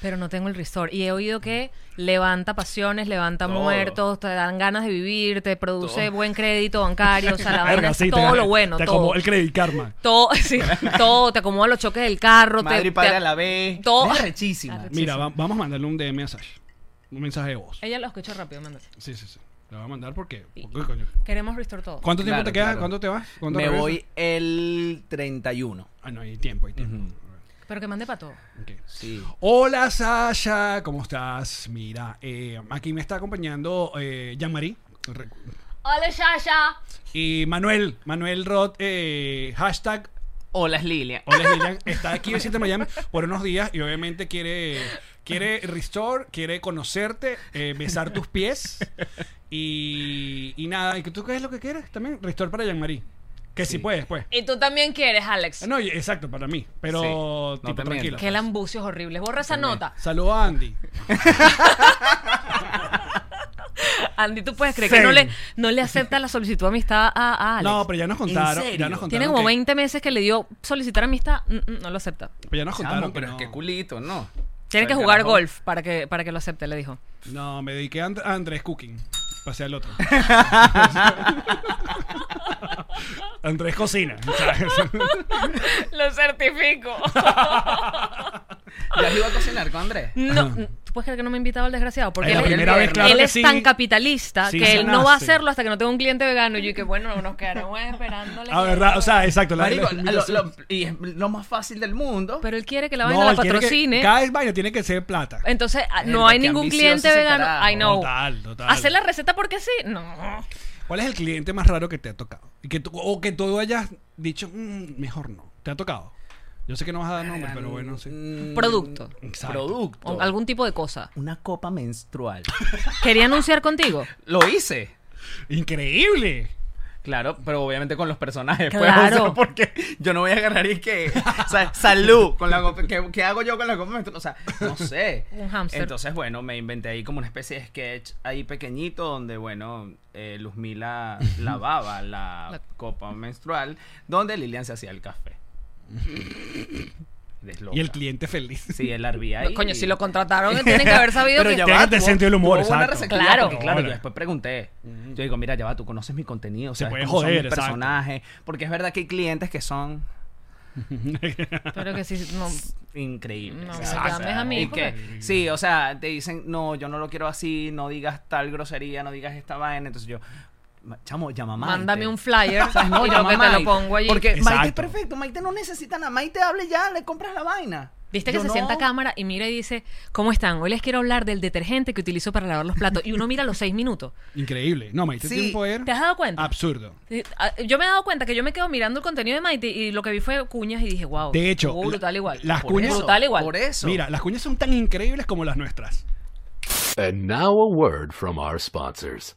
[SPEAKER 3] Pero no tengo el Restore. Y he oído que levanta pasiones, levanta
[SPEAKER 5] Todo.
[SPEAKER 3] muertos, te dan ganas de vivir, te produce
[SPEAKER 5] Todo.
[SPEAKER 3] buen crédito bancario, o sea, la vaina
[SPEAKER 4] Verga,
[SPEAKER 3] es
[SPEAKER 4] sí, te-
[SPEAKER 3] todo lo bueno,
[SPEAKER 4] Te
[SPEAKER 3] todo.
[SPEAKER 4] acomodó el Credit Karma.
[SPEAKER 3] Todo, sí, todo, te acomoda los choques del carro.
[SPEAKER 5] Madre
[SPEAKER 3] te, Ah,
[SPEAKER 5] y padre
[SPEAKER 3] te-
[SPEAKER 5] a la vez.
[SPEAKER 3] todo.
[SPEAKER 5] Es rechísima.
[SPEAKER 3] Arre-
[SPEAKER 4] Mira,
[SPEAKER 3] Sí, sí.
[SPEAKER 4] va- vamos a mandarle un DM a Sasha. Un mensaje de voz.
[SPEAKER 3] Ella lo escuchó rápido, mándate.
[SPEAKER 4] Sí, sí, sí. La voy a mandar porque.
[SPEAKER 3] Y-
[SPEAKER 4] ¿por qué, coño?
[SPEAKER 3] Queremos restore todo.
[SPEAKER 4] ¿Cuánto tiempo
[SPEAKER 5] Claro,
[SPEAKER 4] te queda?
[SPEAKER 5] claro.
[SPEAKER 4] ¿Cuánto te vas? ¿Cuánto
[SPEAKER 5] Me
[SPEAKER 4] regresas?
[SPEAKER 5] voy el 31.
[SPEAKER 4] Ah, no, hay tiempo, hay tiempo.
[SPEAKER 3] Pero que mande para todo.
[SPEAKER 4] Ok.
[SPEAKER 5] Sí.
[SPEAKER 4] Hola Sasha, ¿cómo estás? Mira, eh, aquí me está acompañando eh, Jean-Marie re-
[SPEAKER 3] Hola, Shasha.
[SPEAKER 4] y Manuel, Manuel Roth, eh, hashtag
[SPEAKER 5] Hola, es Lilia.
[SPEAKER 4] Hola es Lilian, está aquí visita Miami por unos días y obviamente quiere, quiere restore, quiere conocerte, eh, besar tus pies y, y nada. ¿Y tú qué es lo que quieres también? Restore para Jean-Marie. Que si
[SPEAKER 5] Sí.
[SPEAKER 4] puedes, pues.
[SPEAKER 3] Y tú también quieres, Alex.
[SPEAKER 4] No, y- exacto, para mí, pero
[SPEAKER 5] Sí. Ah, No
[SPEAKER 4] tipo,
[SPEAKER 5] te
[SPEAKER 4] tranquila.
[SPEAKER 5] mientas.
[SPEAKER 3] Qué lambucios horribles. Borra esa nota.
[SPEAKER 4] Saludos a Andy.
[SPEAKER 3] Andy, tú puedes creer
[SPEAKER 4] Sí.
[SPEAKER 3] que no le, no le acepta la solicitud de amistad a, a Ah, Alex.
[SPEAKER 4] No, pero ya nos contaron.
[SPEAKER 5] serio?
[SPEAKER 4] Ya nos contaron
[SPEAKER 3] Tiene como
[SPEAKER 4] que-
[SPEAKER 3] 20 meses que le dio solicitar amistad. Mm, mm, No lo acepta.
[SPEAKER 4] Pero ya nos
[SPEAKER 5] Chamo,
[SPEAKER 4] contaron. que
[SPEAKER 5] pero
[SPEAKER 4] no.
[SPEAKER 5] es que culito, ¿no?
[SPEAKER 3] Tiene que
[SPEAKER 5] Pero
[SPEAKER 3] jugar
[SPEAKER 5] carajo.
[SPEAKER 3] golf para que, para que lo acepte, le dijo.
[SPEAKER 4] No, me dediqué a, And- a Andrés Cooking. Pasé al otro. Andrés Cocina. ¿sabes?
[SPEAKER 3] lo certifico.
[SPEAKER 5] ¿Ya iba a cocinar con Andrés?
[SPEAKER 3] No, tú puedes creer que no me invitaba al desgraciado porque
[SPEAKER 4] Ay, la
[SPEAKER 3] él,
[SPEAKER 4] primera vez,
[SPEAKER 3] él
[SPEAKER 4] claro que
[SPEAKER 3] es
[SPEAKER 4] sí.
[SPEAKER 3] tan capitalista
[SPEAKER 4] Sí,
[SPEAKER 3] que
[SPEAKER 4] se
[SPEAKER 3] él no va a
[SPEAKER 4] nace.
[SPEAKER 3] hacerlo hasta que no tenga un cliente vegano. Y yo que bueno, nos quedaremos esperándole.
[SPEAKER 4] Ah, verdad. O sea, exacto. la-
[SPEAKER 5] Marico,
[SPEAKER 4] la-
[SPEAKER 5] lo- lo- y es lo más fácil del mundo.
[SPEAKER 3] Pero él quiere que la
[SPEAKER 4] No,
[SPEAKER 3] vaina la
[SPEAKER 4] él quiere que-
[SPEAKER 3] patrocine.
[SPEAKER 4] Cada vaina tiene que ser plata.
[SPEAKER 3] Entonces, ah, no
[SPEAKER 5] Verga,
[SPEAKER 3] hay
[SPEAKER 5] qué
[SPEAKER 3] ningún
[SPEAKER 5] ambicioso
[SPEAKER 3] cliente
[SPEAKER 5] ese
[SPEAKER 3] vegano.
[SPEAKER 5] carajo.
[SPEAKER 3] I know.
[SPEAKER 4] Total, total.
[SPEAKER 3] Hacer la receta porque sí. No.
[SPEAKER 4] ¿Cuál es el cliente más raro que te ha tocado? Y que tú- o que tú hayas dicho, "Mm, mejor no. ¿Te ha tocado? Yo sé que no vas a dar nombres, pero bueno, sí.
[SPEAKER 5] Mm,
[SPEAKER 3] Producto.
[SPEAKER 4] Exacto.
[SPEAKER 5] Producto.
[SPEAKER 3] O algún tipo de cosa.
[SPEAKER 5] Una copa menstrual.
[SPEAKER 3] Quería anunciar contigo.
[SPEAKER 5] Lo hice.
[SPEAKER 4] ¡Increíble!
[SPEAKER 5] Claro, pero obviamente con los personajes. Pues, o sea,
[SPEAKER 3] Claro.
[SPEAKER 5] porque yo no voy a agarrar y que. o sea, salud. Con la, copa- ¿qué, qué hago yo con la copa menstrual? O sea, no sé.
[SPEAKER 3] Un hámster.
[SPEAKER 5] Entonces, bueno, me inventé ahí como una especie de sketch ahí pequeñito donde, bueno, eh, Luzmila lavaba la,
[SPEAKER 3] La-
[SPEAKER 5] copa menstrual, donde Lilian se hacía el café. Desloca.
[SPEAKER 4] Y el cliente feliz.
[SPEAKER 5] Sí, el arbía ahí.
[SPEAKER 3] No, coño, si lo contrataron, tienen que haber sabido
[SPEAKER 5] Pero
[SPEAKER 3] que.
[SPEAKER 5] ya
[SPEAKER 4] Tiene
[SPEAKER 5] va,
[SPEAKER 4] que tener
[SPEAKER 5] tuvo-
[SPEAKER 4] sentido el humor,
[SPEAKER 5] tuvo buena
[SPEAKER 4] exacto.
[SPEAKER 5] receptividad,
[SPEAKER 3] Claro.
[SPEAKER 5] porque, claro,
[SPEAKER 4] Ahora.
[SPEAKER 5] yo después pregunté. Yo digo, mira, ya va, tú conoces mi contenido,
[SPEAKER 4] Se
[SPEAKER 5] sabes
[SPEAKER 4] puede
[SPEAKER 5] cómo son mis
[SPEAKER 4] joder, exacto.
[SPEAKER 5] personajes. Porque es verdad que hay clientes que son
[SPEAKER 3] Pero que sí. No,
[SPEAKER 5] increíbles.
[SPEAKER 3] No,
[SPEAKER 5] ¿sabes?
[SPEAKER 3] me llames a mí,
[SPEAKER 5] y que- sí, o sea, te dicen, no, yo no lo quiero así, no digas tal grosería, no digas esta vaina. Entonces yo, "Ma- chamo, llama a Maite".
[SPEAKER 3] mándame un flyer.
[SPEAKER 5] ¿Sabes? No,
[SPEAKER 3] y yo
[SPEAKER 5] llama
[SPEAKER 3] que
[SPEAKER 5] a
[SPEAKER 3] te lo
[SPEAKER 5] Maite.
[SPEAKER 3] pongo allí.
[SPEAKER 5] Porque Maite es
[SPEAKER 4] Exacto.
[SPEAKER 5] perfecto, Maite no necesita nada. Maite hable ya, le compras la vaina.
[SPEAKER 3] Viste que
[SPEAKER 5] Yo
[SPEAKER 3] se
[SPEAKER 5] no.
[SPEAKER 3] sienta a cámara y mira y dice, ¿cómo están? Hoy les quiero hablar del detergente que utilizo para lavar los platos. Y uno mira los seis minutos.
[SPEAKER 4] Increíble. No, Maite
[SPEAKER 5] Sí,
[SPEAKER 4] tiene un poder
[SPEAKER 3] ¿Te has dado cuenta?
[SPEAKER 4] absurdo.
[SPEAKER 3] Eh, ah, Yo me he dado cuenta que yo me quedo mirando el contenido de Maite y lo que vi fue cuñas y dije, wow.
[SPEAKER 4] De hecho, la-
[SPEAKER 3] brutal igual.
[SPEAKER 4] las
[SPEAKER 5] Por
[SPEAKER 4] cuñas-
[SPEAKER 5] eso,
[SPEAKER 3] Brutal igual.
[SPEAKER 5] Por eso.
[SPEAKER 4] Mira, las cuñas son tan increíbles como las nuestras.
[SPEAKER 6] And now a word from our sponsors.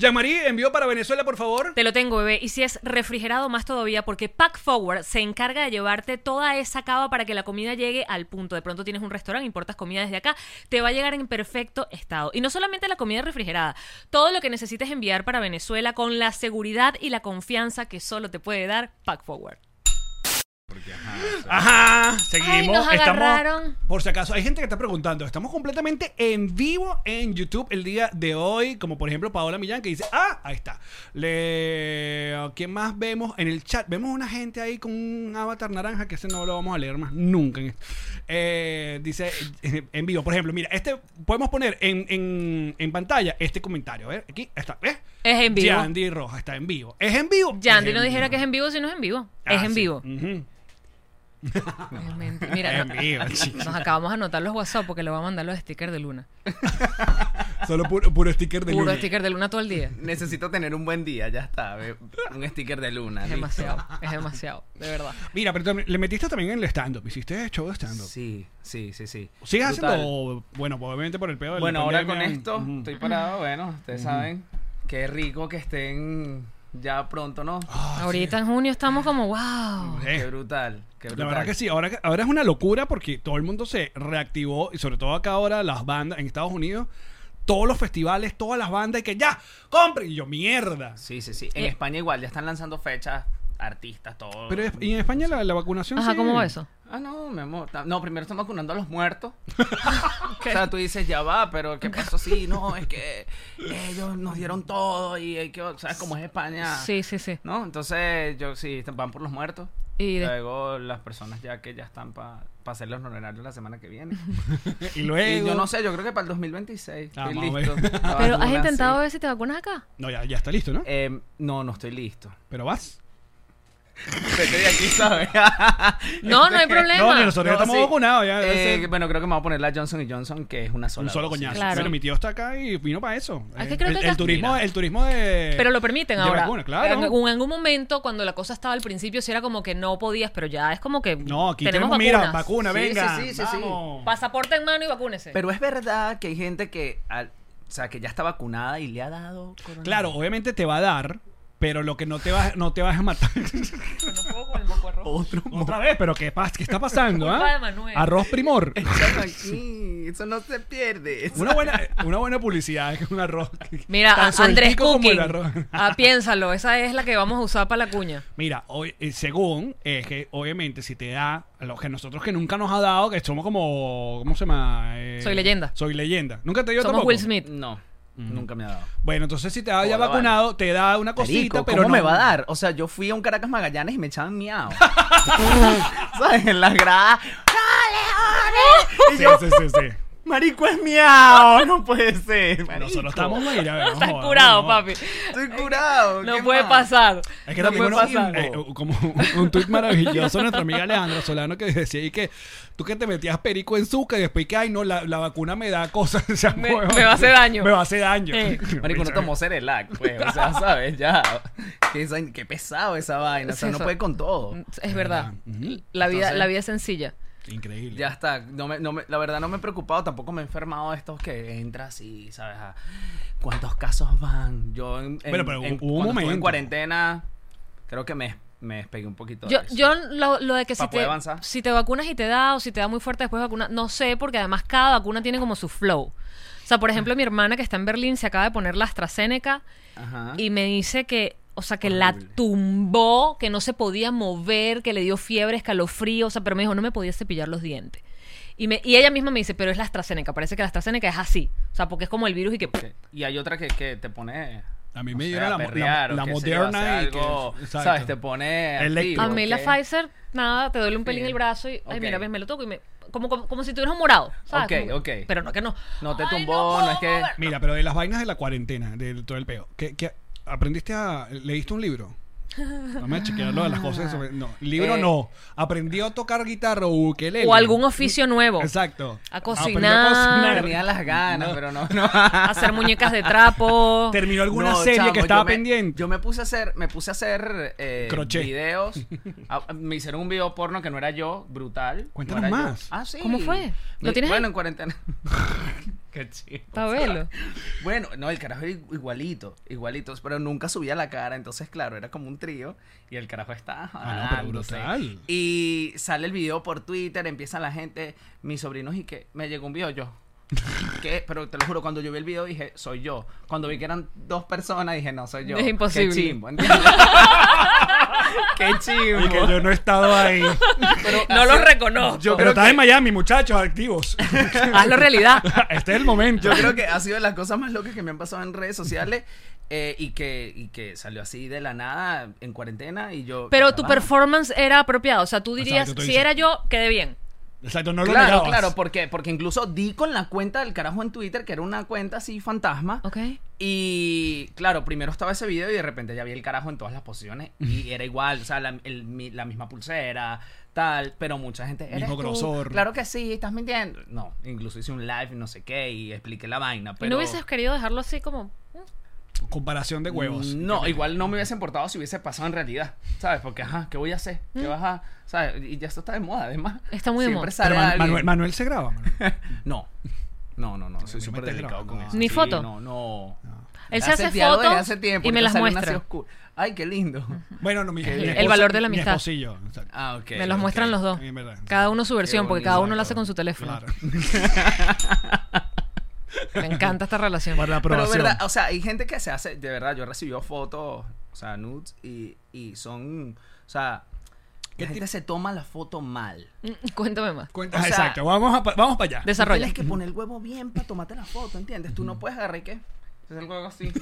[SPEAKER 4] Ya, Marí, envío para Venezuela, por favor.
[SPEAKER 3] Te lo tengo, bebé. Y si es refrigerado, más todavía, porque Pack Forward se encarga de llevarte toda esa cava para que la comida llegue al punto. De pronto tienes un restaurante, importas comida desde acá, te va a llegar en perfecto estado. Y no solamente la comida refrigerada, todo lo que necesites enviar para Venezuela con la seguridad y la confianza que solo te puede dar Pack Forward.
[SPEAKER 4] Ajá, seguimos.
[SPEAKER 3] Ay, nos
[SPEAKER 4] Estamos-
[SPEAKER 3] agarraron.
[SPEAKER 4] por si acaso, hay gente que está preguntando, estamos completamente en vivo en YouTube el día de hoy, como por ejemplo Paola Millán que dice, ah, ahí está. Le... ¿Quién más vemos en el chat? Vemos una gente ahí con un avatar naranja que ese no lo vamos a leer más nunca. en esto. Eh, dice, eh, en vivo, por ejemplo, mira, este podemos poner en, en- en pantalla este comentario, a ver, aquí está, ¿ves?
[SPEAKER 3] Es en vivo.
[SPEAKER 4] Yandy Roja está en vivo. ¿Es en vivo?
[SPEAKER 3] Yandy
[SPEAKER 4] Es
[SPEAKER 3] no
[SPEAKER 4] en
[SPEAKER 3] dijera
[SPEAKER 4] vivo.
[SPEAKER 3] que es en vivo si no es en vivo.
[SPEAKER 4] Ah,
[SPEAKER 3] es en
[SPEAKER 4] sí.
[SPEAKER 3] vivo.
[SPEAKER 4] Ujú.
[SPEAKER 3] Realmente. Mira,
[SPEAKER 4] Es
[SPEAKER 3] no-
[SPEAKER 4] en vivo, chicos.
[SPEAKER 3] nos acabamos de anotar los WhatsApp porque le voy a mandar los stickers de luna.
[SPEAKER 4] Solo puro, puro sticker de
[SPEAKER 3] Puro
[SPEAKER 4] luna.
[SPEAKER 3] sticker de luna todo el día.
[SPEAKER 5] Necesito tener un buen día, ya está. ve- Un sticker de luna.
[SPEAKER 3] Es
[SPEAKER 5] listo.
[SPEAKER 3] demasiado, es demasiado, de verdad.
[SPEAKER 4] Mira, pero también- le metiste también en el stand-up. Hiciste show de stand-up.
[SPEAKER 5] Sí, sí, sí, sí.
[SPEAKER 4] ¿Sigues
[SPEAKER 5] Brutal.
[SPEAKER 4] haciendo? Bueno, obviamente por el pedo del
[SPEAKER 5] Bueno, ahora con esto estoy parado, bueno, ustedes saben. Qué rico que estén ya pronto, ¿no?
[SPEAKER 4] Ah,
[SPEAKER 3] Ahorita en junio estamos como, wow.
[SPEAKER 5] Qué brutal, qué
[SPEAKER 4] La
[SPEAKER 5] brutal.
[SPEAKER 4] verdad que sí, ahora, que- ahora es una locura porque todo el mundo se reactivó y sobre todo acá ahora las bandas en Estados Unidos, todos los festivales, todas las bandas y que ya, compren. Y yo, mierda.
[SPEAKER 5] Sí, sí, sí. En
[SPEAKER 3] Eh.
[SPEAKER 5] España igual, ya están lanzando fechas, artistas, todo.
[SPEAKER 4] Pero es- y en España la, la vacunación.
[SPEAKER 3] Ajá,
[SPEAKER 4] sí.
[SPEAKER 3] ¿cómo va eso?
[SPEAKER 5] Ah, no, mi amor. ta- No, primero están vacunando a los muertos. O sea, tú dices, ya va, pero ¿qué pasó? Sí, no, es que ellos nos dieron todo y hay que... ¿Sabes cómo es España?
[SPEAKER 3] Sí, sí, sí.
[SPEAKER 5] ¿No? Entonces, yo sí, van por los muertos.
[SPEAKER 3] Y de-
[SPEAKER 5] Luego las personas ya que ya están para hacer los honorarios la semana que viene.
[SPEAKER 4] Y
[SPEAKER 5] Y
[SPEAKER 4] luego.
[SPEAKER 5] yo no sé, yo creo que para el 2026.
[SPEAKER 4] Ah,
[SPEAKER 5] estoy
[SPEAKER 4] más o
[SPEAKER 5] listo.
[SPEAKER 4] menos.
[SPEAKER 5] La
[SPEAKER 3] Pero has
[SPEAKER 5] vacuna,
[SPEAKER 3] intentado
[SPEAKER 5] sí. Em,
[SPEAKER 3] ver si te vacunas acá.
[SPEAKER 4] No, ya, ya está listo, ¿no?
[SPEAKER 5] Eh, no, no estoy listo.
[SPEAKER 4] Pero vas.
[SPEAKER 5] Vete de aquí, ¿sabes?
[SPEAKER 3] No, no hay problema.
[SPEAKER 4] No, ni nosotros ya estamos
[SPEAKER 5] sí.
[SPEAKER 4] vacunados. Ya,
[SPEAKER 5] Eh,
[SPEAKER 4] ese-
[SPEAKER 5] bueno, creo que me voy a poner la Johnson y Johnson, que es una sola.
[SPEAKER 4] un solo
[SPEAKER 5] dosis.
[SPEAKER 4] coñazo.
[SPEAKER 3] Claro.
[SPEAKER 4] Bueno, mi tío está acá y vino para eso.
[SPEAKER 3] Es que
[SPEAKER 4] Eh,
[SPEAKER 3] creo
[SPEAKER 4] el,
[SPEAKER 3] que
[SPEAKER 4] el
[SPEAKER 3] acá-
[SPEAKER 4] turismo,
[SPEAKER 3] Mira.
[SPEAKER 4] el turismo de.
[SPEAKER 3] Pero lo permiten
[SPEAKER 4] de
[SPEAKER 3] ahora.
[SPEAKER 4] vacuna, claro.
[SPEAKER 3] En algún, en algún momento, cuando la cosa estaba al principio, sí era como que no podías, pero ya es como que.
[SPEAKER 4] No, aquí tenemos,
[SPEAKER 3] tenemos,
[SPEAKER 4] mira,
[SPEAKER 3] vacunas.
[SPEAKER 4] vacuna,
[SPEAKER 5] Sí,
[SPEAKER 4] venga.
[SPEAKER 5] sí, sí, sí, sí.
[SPEAKER 4] vamos.
[SPEAKER 3] Pasaporte en mano y vacúnese.
[SPEAKER 5] Pero es verdad que hay gente que, al- o sea, que ya está vacunada y le ha dado coronavirus.
[SPEAKER 4] Claro, obviamente te va a dar, pero lo que no te va, no te vas a matar.
[SPEAKER 3] no puedo con el moco rojo.
[SPEAKER 4] Oh,
[SPEAKER 5] Otro
[SPEAKER 4] Otra vez, pero ¿qué, pas- qué está pasando?
[SPEAKER 3] Culpa
[SPEAKER 4] ah?
[SPEAKER 3] de Manuel.
[SPEAKER 4] Arroz primor.
[SPEAKER 5] montón aquí. Eso no se pierde.
[SPEAKER 4] Una buena, una buena publicidad es que un arroz. que-
[SPEAKER 3] Mira,
[SPEAKER 4] tan
[SPEAKER 3] a- Andrés
[SPEAKER 4] sueltico como el
[SPEAKER 3] Cooking.
[SPEAKER 4] arroz.
[SPEAKER 3] Ah, piénsalo, esa es la que vamos a usar para la cuña.
[SPEAKER 4] Mira, hoy, eh, según es que obviamente si te da a los que nosotros que nunca nos ha dado, que somos como ¿cómo se llama? Eh,
[SPEAKER 3] Soy leyenda.
[SPEAKER 4] Soy leyenda. Nunca te dio
[SPEAKER 3] Somos
[SPEAKER 4] tampoco.
[SPEAKER 3] Will Smith.
[SPEAKER 5] No, nunca me ha dado.
[SPEAKER 4] Bueno, entonces si te da ya
[SPEAKER 5] Joda,
[SPEAKER 4] vacunado, te da una cosita,
[SPEAKER 5] Perico,
[SPEAKER 4] pero
[SPEAKER 5] ¿cómo
[SPEAKER 4] no
[SPEAKER 5] me va a dar? O sea, yo fui a un Caracas Magallanes y me echaban miau. ¿Sabes? En las gradas. ¡No, leones! Y
[SPEAKER 4] Sí,
[SPEAKER 5] yo,
[SPEAKER 4] sí, sí, sí.
[SPEAKER 5] marico, es miau. No puede ser. marico.
[SPEAKER 4] Nosotros estamos, mira, no
[SPEAKER 3] Estás
[SPEAKER 4] jodas,
[SPEAKER 3] curado,
[SPEAKER 4] no.
[SPEAKER 3] papi.
[SPEAKER 5] Estoy curado.
[SPEAKER 3] No
[SPEAKER 5] ¿qué
[SPEAKER 3] puede
[SPEAKER 5] más?
[SPEAKER 3] pasar.
[SPEAKER 4] Es que
[SPEAKER 5] No
[SPEAKER 4] también
[SPEAKER 5] puede
[SPEAKER 4] uno-
[SPEAKER 5] pasar.
[SPEAKER 4] eh, como un, un tuit maravilloso nuestra amiga Alejandra Solano que decía y que tú que te metías perico en azúcar y después que ay no la, la vacuna me da cosas o sea,
[SPEAKER 3] Me-
[SPEAKER 4] huevón,
[SPEAKER 3] me va a hacer daño.
[SPEAKER 4] me va a hacer daño
[SPEAKER 3] Eh.
[SPEAKER 5] Marico, no tomó Cerelac, pues. O sea, ¿sabes? Ya. Qué, esa- qué pesado esa vaina. O sea,
[SPEAKER 3] Sí,
[SPEAKER 5] no
[SPEAKER 3] eso-
[SPEAKER 5] puede con todo.
[SPEAKER 3] Es verdad.
[SPEAKER 4] Ujú.
[SPEAKER 3] La vida,
[SPEAKER 5] Entonces-
[SPEAKER 3] la vida es sencilla.
[SPEAKER 4] increíble
[SPEAKER 5] Ya está. No me, no me- la verdad no me he preocupado, tampoco me he enfermado de estos que entras y, ¿sabes? A- ¿Cuántos casos van? Yo en, en-
[SPEAKER 4] Bueno, pero
[SPEAKER 5] en-
[SPEAKER 4] hubo un
[SPEAKER 5] cuando estuve en
[SPEAKER 4] momento.
[SPEAKER 5] cuarentena, creo que me, me despegué un poquito. de
[SPEAKER 3] Yo,
[SPEAKER 5] eso.
[SPEAKER 3] yo lo, lo de que si
[SPEAKER 5] Pa' poder
[SPEAKER 3] te,
[SPEAKER 5] avanzar.
[SPEAKER 3] si te vacunas y te da o si te da muy fuerte después vacuna, no sé, porque además cada vacuna tiene como su flow. O sea, por ejemplo, mi hermana que está en Berlín se acaba de poner la AstraZeneca
[SPEAKER 5] Ajá.
[SPEAKER 3] y me dice que, o sea, que la tumbó, que no se podía mover, que le dio fiebre, escalofrío, o sea, pero me dijo, no me podía cepillar los dientes. Y, me, y ella misma me dice, pero es la AstraZeneca, parece que la AstraZeneca es así. O sea, porque es como el virus y que...
[SPEAKER 5] Que- Y hay otra que, que te pone.
[SPEAKER 4] A mí
[SPEAKER 5] no
[SPEAKER 4] me
[SPEAKER 5] sé,
[SPEAKER 4] dieron
[SPEAKER 5] a
[SPEAKER 4] la mo- la-
[SPEAKER 5] perrear o
[SPEAKER 4] la
[SPEAKER 5] qué sé yo,
[SPEAKER 4] Moderna
[SPEAKER 5] hacer
[SPEAKER 4] y que-
[SPEAKER 5] algo,
[SPEAKER 4] exacto.
[SPEAKER 5] ¿Sabes? Te pone.
[SPEAKER 4] Eléctrico.
[SPEAKER 5] activo,
[SPEAKER 3] A mí la
[SPEAKER 5] ¿qué?
[SPEAKER 3] Pfizer, nada, te duele un pelín
[SPEAKER 5] Sí.
[SPEAKER 3] el brazo y, ay,
[SPEAKER 5] Ok.
[SPEAKER 3] mira, ves, me lo toco y me... Como, como, como si tuvieras un morado, ¿sabes?
[SPEAKER 5] Ok,
[SPEAKER 3] Como-
[SPEAKER 5] ok.
[SPEAKER 3] Pero no, que no.
[SPEAKER 5] No te
[SPEAKER 3] Ay,
[SPEAKER 5] tumbó, no,
[SPEAKER 3] puedo
[SPEAKER 5] es que.
[SPEAKER 3] mover.
[SPEAKER 4] mira pero de las vainas de la cuarentena de todo el peo ¿qué, qué- aprendiste a leíste un libro Vamos a chequearlo de las cosas. sobre- No, libro
[SPEAKER 5] Eh.
[SPEAKER 4] no. Aprendió a tocar guitarra o ukelele.
[SPEAKER 3] O algún oficio nuevo.
[SPEAKER 4] Exacto.
[SPEAKER 3] A
[SPEAKER 4] Aprendió
[SPEAKER 3] cocinar.
[SPEAKER 5] Tenía las ganas,
[SPEAKER 4] No.
[SPEAKER 5] pero no. no.
[SPEAKER 3] Hacer muñecas de trapo.
[SPEAKER 4] Terminó alguna
[SPEAKER 5] No,
[SPEAKER 4] serie
[SPEAKER 5] chamo,
[SPEAKER 4] que estaba
[SPEAKER 5] yo me-
[SPEAKER 4] pendiente.
[SPEAKER 5] Yo me puse a hacer, me puse a hacer eh,
[SPEAKER 4] Crochet.
[SPEAKER 5] videos. Ah, me hicieron un video porno que no era yo, brutal. No
[SPEAKER 4] Cuéntanos
[SPEAKER 5] era yo.
[SPEAKER 4] más.
[SPEAKER 5] Ah, sí.
[SPEAKER 3] ¿Cómo fue? ¿Lo
[SPEAKER 5] Me-
[SPEAKER 3] tienes
[SPEAKER 5] Bueno,
[SPEAKER 3] ahí?
[SPEAKER 5] en cuarentena. Qué chido.
[SPEAKER 3] Pa' verlo.
[SPEAKER 5] Bueno, no, el carajo era igualito, igualito, pero nunca subía la cara, entonces claro, era como un trío y el carajo está
[SPEAKER 4] Ah, no, pero brutal.
[SPEAKER 5] Y sale el video por Twitter, empieza la gente, mis sobrinos y que me llegó un video yo. ¿Qué? Pero te lo juro, cuando yo vi el video dije, soy yo. Cuando vi que eran dos personas dije, no, soy yo.
[SPEAKER 3] Es imposible.
[SPEAKER 5] Qué chimbo, ¿entiendes? Qué chimbo.
[SPEAKER 4] Y que yo no he estado ahí.
[SPEAKER 3] No lo reconozco.
[SPEAKER 4] Pero
[SPEAKER 5] Yo creo
[SPEAKER 4] estás
[SPEAKER 5] que-
[SPEAKER 4] en Miami, muchachos, activos.
[SPEAKER 3] Hazlo realidad.
[SPEAKER 4] este es el momento.
[SPEAKER 5] Yo creo que ha sido de las cosas más locas que me han pasado en redes sociales eh, y, que, y que salió así de la nada en cuarentena y yo...
[SPEAKER 3] Pero tu
[SPEAKER 5] Ah,
[SPEAKER 3] performance era apropiada. O sea, tú dirías,
[SPEAKER 4] Exacto, tú
[SPEAKER 3] si
[SPEAKER 4] dices-
[SPEAKER 3] era yo, quedé bien.
[SPEAKER 4] Exacto, no lo
[SPEAKER 5] Claro,
[SPEAKER 4] negabas.
[SPEAKER 5] claro, porque, porque incluso di con la cuenta del carajo en Twitter, que era una cuenta así fantasma.
[SPEAKER 3] ¿Ok?
[SPEAKER 5] Y claro, primero estaba ese video y de repente ya vi el carajo en todas las posiciones
[SPEAKER 4] Mm.
[SPEAKER 5] y era igual, o sea, la, el- mi- la misma pulsera, tal, pero mucha gente... ¿Eres
[SPEAKER 4] Mismo
[SPEAKER 5] tú?
[SPEAKER 4] grosor.
[SPEAKER 5] Claro que sí, estás mintiendo. No, incluso hice un live, y no sé qué, y expliqué la vaina, pero...
[SPEAKER 3] ¿Y no hubieses querido dejarlo así como... mm,
[SPEAKER 4] Comparación de huevos.
[SPEAKER 5] No, igual no me hubiese importado si hubiese pasado en realidad, ¿sabes? Porque, ajá, ¿qué voy a hacer? ¿Qué vas a...? ¿Sabes? Y ya esto está de moda, además.
[SPEAKER 3] Mm. Está muy de
[SPEAKER 5] Siempre
[SPEAKER 3] moda.
[SPEAKER 5] sale
[SPEAKER 4] Pero Man-
[SPEAKER 5] alguien.
[SPEAKER 4] Manuel, Manuel se graba. Manuel.
[SPEAKER 5] No. No, no, no. Soy
[SPEAKER 4] me
[SPEAKER 5] súper
[SPEAKER 4] metes
[SPEAKER 5] delicado
[SPEAKER 4] grabando,
[SPEAKER 5] con
[SPEAKER 4] no.
[SPEAKER 5] eso.
[SPEAKER 3] ¿Ni
[SPEAKER 5] Sí,
[SPEAKER 3] foto?
[SPEAKER 5] No, no.
[SPEAKER 3] Él se
[SPEAKER 5] Hace
[SPEAKER 3] hace
[SPEAKER 5] diálogo desde
[SPEAKER 3] fotos
[SPEAKER 5] hace tiempo
[SPEAKER 3] y me
[SPEAKER 5] te
[SPEAKER 3] las
[SPEAKER 5] sale una
[SPEAKER 3] muestra.
[SPEAKER 5] así oscura. Ay, qué lindo.
[SPEAKER 4] Bueno, no, mi, mi
[SPEAKER 5] El
[SPEAKER 4] esposa-
[SPEAKER 3] valor de la
[SPEAKER 4] mi
[SPEAKER 3] amistad.
[SPEAKER 4] esposa y yo, exacto.
[SPEAKER 5] Ah, ok.
[SPEAKER 3] Me los muestran los dos.
[SPEAKER 4] en verdad.
[SPEAKER 3] Cada uno su versión, porque cada uno lo hace con su teléfono.
[SPEAKER 4] Claro.
[SPEAKER 3] Me encanta esta relación.
[SPEAKER 4] Para la
[SPEAKER 5] Pero,
[SPEAKER 4] aprobación.
[SPEAKER 5] ¿verdad? O sea, hay gente que se hace... De verdad, yo recibió fotos, o sea, nudes, y, y son... O sea, la gente se toma la foto mal.
[SPEAKER 3] Mm, Cuéntame más.
[SPEAKER 4] Cuenta-
[SPEAKER 5] o
[SPEAKER 4] ah,
[SPEAKER 5] sea-
[SPEAKER 4] exacto, vamos, a pa- vamos para allá.
[SPEAKER 3] Desarrolla.
[SPEAKER 5] Tienes que poner el huevo bien para tomarte la foto, ¿entiendes? Tú no puedes agarrar y que... Entonces el huevo así.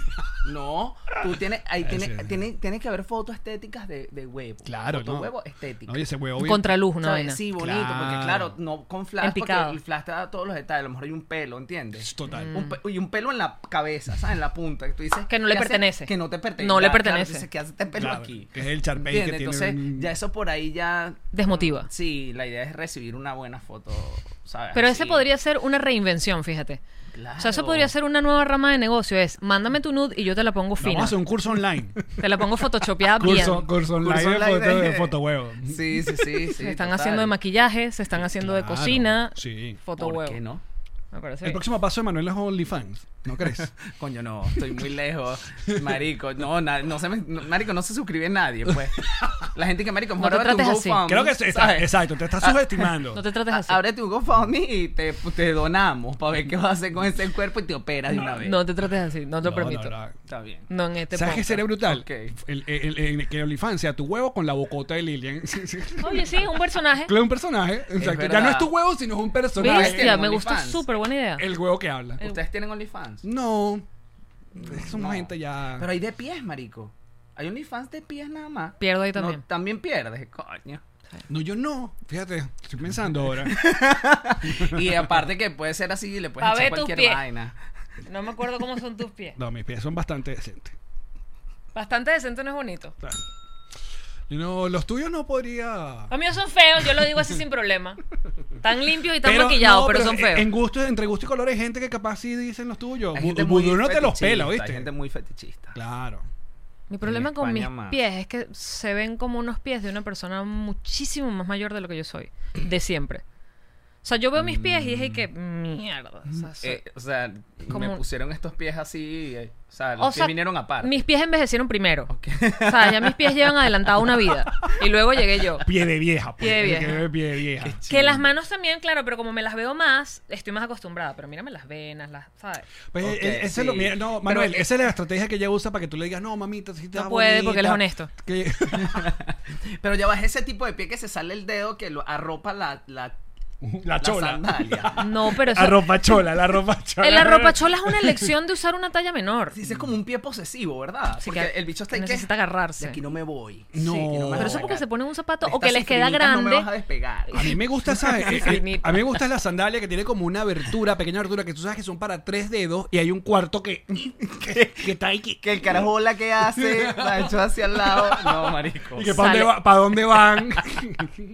[SPEAKER 5] No, tú tienes, ahí tiene, tiene, tiene que haber fotos estéticas de, de huevo.
[SPEAKER 4] Claro,
[SPEAKER 5] Foto
[SPEAKER 4] no.
[SPEAKER 5] huevo estética.
[SPEAKER 4] Oye, ese huevo
[SPEAKER 3] Un
[SPEAKER 4] bien-
[SPEAKER 3] contraluz, una
[SPEAKER 5] ¿Sabes?
[SPEAKER 3] vaina.
[SPEAKER 5] Sí, bonito, porque
[SPEAKER 4] Claro.
[SPEAKER 5] claro, no con
[SPEAKER 3] En
[SPEAKER 5] flash, porque
[SPEAKER 3] picado.
[SPEAKER 5] el flash te da todos los detalles, a lo mejor hay un pelo, ¿entiendes?
[SPEAKER 3] Mm.
[SPEAKER 4] Total.
[SPEAKER 5] Un pe- y un pelo en la cabeza, ¿sabes? En la punta. que Tú dices,
[SPEAKER 3] Que no le
[SPEAKER 5] ¿qué hace-
[SPEAKER 3] pertenece.
[SPEAKER 5] Que no te pertenece.
[SPEAKER 3] No le
[SPEAKER 5] Ya, claro,
[SPEAKER 3] pertenece.
[SPEAKER 5] dices, ¿qué hace este pelo
[SPEAKER 4] Claro,
[SPEAKER 5] aquí?
[SPEAKER 4] que es el Sharpay que
[SPEAKER 5] ¿Entiendes?
[SPEAKER 4] tiene
[SPEAKER 5] Entonces,
[SPEAKER 4] un-
[SPEAKER 5] ya eso por ahí ya...
[SPEAKER 3] Desmotiva.
[SPEAKER 5] Sí, la idea es recibir una buena foto, ¿sabes?
[SPEAKER 3] Pero
[SPEAKER 5] Así.
[SPEAKER 3] ese podría ser una reinvención, fíjate. O sea, eso
[SPEAKER 5] Claro.
[SPEAKER 3] podría ser una nueva rama de negocio. Es, mándame tu nude y yo te la pongo
[SPEAKER 4] Vamos a
[SPEAKER 3] fina.
[SPEAKER 4] hacer un curso online.
[SPEAKER 3] Te la pongo photoshopeada Ah, bien.
[SPEAKER 4] curso, curso online,
[SPEAKER 5] Curso
[SPEAKER 4] de,
[SPEAKER 5] online
[SPEAKER 4] foto,
[SPEAKER 5] de-
[SPEAKER 4] de foto huevo.
[SPEAKER 5] Sí, sí, sí. sí
[SPEAKER 3] Se están haciendo de maquillaje, se están haciendo de
[SPEAKER 4] Claro,
[SPEAKER 3] cocina.
[SPEAKER 4] sí.
[SPEAKER 3] Foto
[SPEAKER 5] ¿Por
[SPEAKER 3] huevo.
[SPEAKER 5] qué no?
[SPEAKER 3] Me parece
[SPEAKER 4] El
[SPEAKER 3] bien.
[SPEAKER 4] próximo paso de Manuel es OnlyFans, ¿no crees?
[SPEAKER 5] Coño, no, estoy muy lejos, marico. No, na- no se me- no, marico, no se suscribe nadie, pues. La gente que, marico, mejor
[SPEAKER 3] te
[SPEAKER 5] ábrete un
[SPEAKER 3] trates así.
[SPEAKER 5] GoFundMe,
[SPEAKER 4] Creo que sí, está-
[SPEAKER 5] ¿sabes? Ah.
[SPEAKER 4] exacto, te estás subestimando.
[SPEAKER 3] No te trates
[SPEAKER 5] A-
[SPEAKER 3] así.
[SPEAKER 5] Ábrete un GoFundMe y te, te donamos para ver qué vas a hacer con ese cuerpo y te operas de una vez.
[SPEAKER 3] No te trates así, no te lo
[SPEAKER 4] No,
[SPEAKER 3] permito.
[SPEAKER 4] la verdad.
[SPEAKER 5] Está bien.
[SPEAKER 3] No en este
[SPEAKER 4] ¿Sabes qué
[SPEAKER 3] podcast.
[SPEAKER 4] sería brutal?
[SPEAKER 5] Ok.
[SPEAKER 4] El, el, el- el- que OnlyFans sea tu huevo con la bocota de Lilian. Sí, sí.
[SPEAKER 3] Oye, sí, un personaje.
[SPEAKER 4] Claro, un personaje. exacto. Ya
[SPEAKER 5] verdad.
[SPEAKER 4] no es tu huevo, sino es un personaje.
[SPEAKER 3] Bestia,
[SPEAKER 5] en
[SPEAKER 3] me gusta
[SPEAKER 5] OnlyFans.
[SPEAKER 3] súper buena idea.
[SPEAKER 4] El huevo que habla.
[SPEAKER 5] ¿Ustedes tienen OnlyFans?
[SPEAKER 4] No. Somos
[SPEAKER 5] No.
[SPEAKER 4] gente ya.
[SPEAKER 5] Pero hay de pies, marico. Hay OnlyFans de pies nada más.
[SPEAKER 3] Pierdo ahí
[SPEAKER 5] No,
[SPEAKER 3] también.
[SPEAKER 5] también pierdes, coño.
[SPEAKER 4] No, yo no. Fíjate, estoy pensando ahora.
[SPEAKER 5] Y aparte que puede ser así, le puedes
[SPEAKER 3] Pa'
[SPEAKER 5] echar
[SPEAKER 3] ver tus
[SPEAKER 5] cualquier
[SPEAKER 3] pies.
[SPEAKER 5] vaina.
[SPEAKER 3] No me acuerdo cómo son tus pies.
[SPEAKER 4] No, mis pies son bastante decentes.
[SPEAKER 3] Bastante decente no es bonito.
[SPEAKER 4] O sea, yo no, los tuyos no podría.
[SPEAKER 3] Los míos son feos, yo lo digo así sin problema. Tan limpios y tan maquillados,
[SPEAKER 4] no,
[SPEAKER 3] pero, son feos.
[SPEAKER 4] En gusto, entre gusto y color hay gente que capaz sí dicen los tuyos.
[SPEAKER 5] Hay
[SPEAKER 4] Bu-
[SPEAKER 5] gente muy
[SPEAKER 4] Vudú no te los
[SPEAKER 5] fetichista,
[SPEAKER 4] pela,
[SPEAKER 5] Hay
[SPEAKER 4] ¿viste?
[SPEAKER 5] gente muy fetichista.
[SPEAKER 4] Claro.
[SPEAKER 3] Mi problema con mis
[SPEAKER 5] España más.
[SPEAKER 3] pies es que se ven como unos pies de una persona muchísimo más mayor de lo que yo soy, de siempre. O sea, yo veo mis pies y dije que mierda. O sea, soy-
[SPEAKER 5] Eh, o sea,
[SPEAKER 3] Como-
[SPEAKER 5] me pusieron estos pies así. eh, o sea, los
[SPEAKER 3] O
[SPEAKER 5] pies
[SPEAKER 3] sea,
[SPEAKER 5] vinieron aparte.
[SPEAKER 3] Mis pies envejecieron primero. O sea, ya mis pies llevan adelantada una vida. Y luego llegué yo.
[SPEAKER 4] Pie de vieja, pues.
[SPEAKER 3] Pie de
[SPEAKER 4] porque
[SPEAKER 3] vieja.
[SPEAKER 4] es Pie de vieja.
[SPEAKER 3] Que las manos también, claro, pero como me las veo más, estoy más acostumbrada. Pero mírame las venas, las, ¿sabes?
[SPEAKER 4] Pues,
[SPEAKER 5] Ok,
[SPEAKER 4] eh, ese es
[SPEAKER 5] sí.
[SPEAKER 4] lo, mira, no, Manuel,
[SPEAKER 3] Pero-
[SPEAKER 4] esa es la estrategia que ella usa para que tú le digas, no, mamita, sí te
[SPEAKER 3] No
[SPEAKER 4] da
[SPEAKER 3] puede, porque él es
[SPEAKER 4] bonita,
[SPEAKER 3] honesto.
[SPEAKER 4] que-
[SPEAKER 5] Pero ya vas ese tipo de pie que se sale el dedo que lo arropa la, la,
[SPEAKER 4] la
[SPEAKER 5] la
[SPEAKER 4] chola.
[SPEAKER 5] sandalia.
[SPEAKER 3] No, pero eso...
[SPEAKER 4] La ropa chola, la ropa chola.
[SPEAKER 3] Eh, La ropa chola es una elección de usar una talla menor.
[SPEAKER 5] Sí, ese es como un pie posesivo, ¿verdad?
[SPEAKER 3] Así
[SPEAKER 5] Porque
[SPEAKER 3] que
[SPEAKER 5] el bicho está ahí que
[SPEAKER 3] necesita agarrarse.
[SPEAKER 5] de aquí no me voy.
[SPEAKER 4] No.
[SPEAKER 5] Sí, aquí me
[SPEAKER 3] Pero
[SPEAKER 5] voy
[SPEAKER 3] eso
[SPEAKER 5] a
[SPEAKER 3] porque
[SPEAKER 5] sacar.
[SPEAKER 3] se ponen un zapato o
[SPEAKER 5] Estas
[SPEAKER 3] que les queda
[SPEAKER 5] cifrinitas No me vas a
[SPEAKER 3] grande.
[SPEAKER 5] despegar.
[SPEAKER 4] A mí me gusta, ¿sabes? Eh, eh,
[SPEAKER 3] Infinita.
[SPEAKER 4] a mí me gusta la sandalia que tiene como una abertura, pequeña abertura, que tú sabes que son para tres dedos y hay un cuarto que, que, que está ahí. Que,
[SPEAKER 5] Que el carajo la que hace, la echó hacia el lado. No, marico.
[SPEAKER 4] y que ¿para dónde,
[SPEAKER 3] Sale.
[SPEAKER 4] va- pa' dónde van?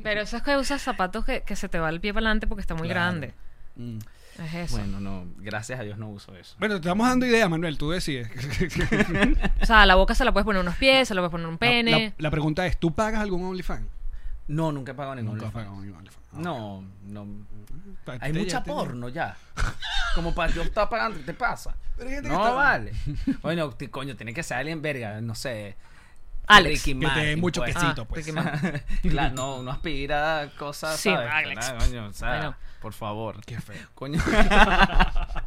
[SPEAKER 3] Pero eso es que usas zapatos que, que se te va el pie para adelante porque está muy
[SPEAKER 4] Claro.
[SPEAKER 3] grande.
[SPEAKER 5] Mm,
[SPEAKER 3] Es eso.
[SPEAKER 5] Bueno, no, gracias a Dios no uso eso.
[SPEAKER 4] bueno, te estamos dando ideas, Manuel, tú decides.
[SPEAKER 3] O sea, a la boca se la puedes poner unos pies, se la puedes poner un
[SPEAKER 4] La,
[SPEAKER 3] pene.
[SPEAKER 4] la- la pregunta es, ¿tú pagas algún OnlyFans?
[SPEAKER 5] No, nunca he pagado ningún.
[SPEAKER 4] Nunca has
[SPEAKER 5] OnlyFans.
[SPEAKER 4] pagado un OnlyFans. Ah, pues,
[SPEAKER 5] No, no.
[SPEAKER 4] Pa-
[SPEAKER 5] Hay
[SPEAKER 4] te-
[SPEAKER 5] mucha
[SPEAKER 4] te-
[SPEAKER 5] porno ya. Como para yo estar pagando, ¿qué te pasa?
[SPEAKER 4] Pero hay gente que
[SPEAKER 5] no
[SPEAKER 4] está-
[SPEAKER 5] vale. Bueno, ti- coño, tiene que ser alguien verga, no sé.
[SPEAKER 3] Alex.
[SPEAKER 5] Ricky
[SPEAKER 4] Que te dé
[SPEAKER 5] Martin,
[SPEAKER 4] mucho
[SPEAKER 5] pues.
[SPEAKER 4] quesito,
[SPEAKER 3] Ah,
[SPEAKER 4] pues.
[SPEAKER 3] Ricky Martin.
[SPEAKER 5] Claro, no, uno aspira a cosas,
[SPEAKER 3] Sí,
[SPEAKER 5] ¿sabes?
[SPEAKER 3] Alex.
[SPEAKER 5] Claro, coño, o sea,
[SPEAKER 3] Bueno.
[SPEAKER 5] por favor.
[SPEAKER 4] Qué feo.
[SPEAKER 5] Coño.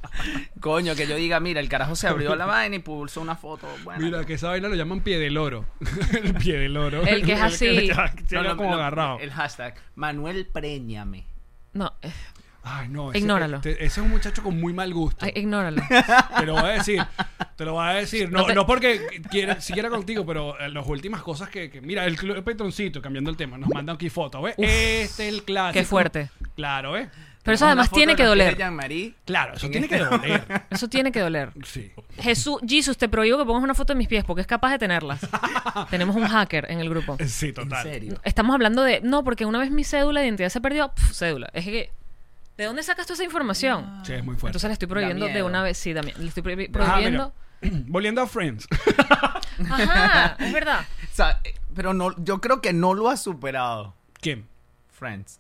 [SPEAKER 5] coño, que yo diga, mira, el carajo se abrió la vaina y pulsó una foto. Bueno,
[SPEAKER 4] Mira, que esa vaina lo llaman pie del oro. el pie del oro.
[SPEAKER 3] El que es así.
[SPEAKER 4] que se
[SPEAKER 5] No,
[SPEAKER 4] ve
[SPEAKER 5] no,
[SPEAKER 4] como
[SPEAKER 5] no,
[SPEAKER 4] agarrado.
[SPEAKER 5] El hashtag, Manuel Preñame.
[SPEAKER 3] No, eh,
[SPEAKER 4] Ay, no. Ese,
[SPEAKER 3] Ignóralo.
[SPEAKER 4] te- ese es un muchacho con muy mal gusto.
[SPEAKER 3] ay, ignóralo.
[SPEAKER 4] Te lo voy a decir. Te lo voy a decir. No,
[SPEAKER 3] No te-
[SPEAKER 4] no porque quiera, siquiera contigo, pero eh, las últimas cosas que, que- Mira, el Club Petroncito, cambiando el tema, nos mandan aquí fotos, ¿ves? Este es el clásico.
[SPEAKER 3] qué fuerte.
[SPEAKER 4] Claro, ¿eh?
[SPEAKER 3] Pero eso además tiene que doler.
[SPEAKER 5] Jean-Marie.
[SPEAKER 4] Claro, eso
[SPEAKER 5] En
[SPEAKER 4] tiene que
[SPEAKER 5] este-
[SPEAKER 4] doler.
[SPEAKER 3] Eso tiene que doler.
[SPEAKER 4] Sí.
[SPEAKER 3] Jesús, Jesús, te prohíbo que pongas una foto de mis pies porque es capaz de tenerlas. Tenemos un hacker en el grupo.
[SPEAKER 4] Sí,
[SPEAKER 5] En
[SPEAKER 4] total.
[SPEAKER 5] serio.
[SPEAKER 3] Estamos hablando de. No, porque una vez mi cédula de identidad se perdió. Pf, cédula. Es que. ¿De dónde sacas toda esa información?
[SPEAKER 4] Sí, es muy fuerte.
[SPEAKER 3] Entonces le estoy prohibiendo
[SPEAKER 5] Ah. Da
[SPEAKER 3] de
[SPEAKER 5] miedo.
[SPEAKER 3] una vez. Sí, también. Le estoy prohibi-
[SPEAKER 4] Ah,
[SPEAKER 3] prohibiendo.
[SPEAKER 4] mira. Volviendo a Friends.
[SPEAKER 3] Ajá, es verdad.
[SPEAKER 5] O sea, eh, pero no, yo creo que no lo has superado,
[SPEAKER 4] ¿Quién?
[SPEAKER 5] Friends.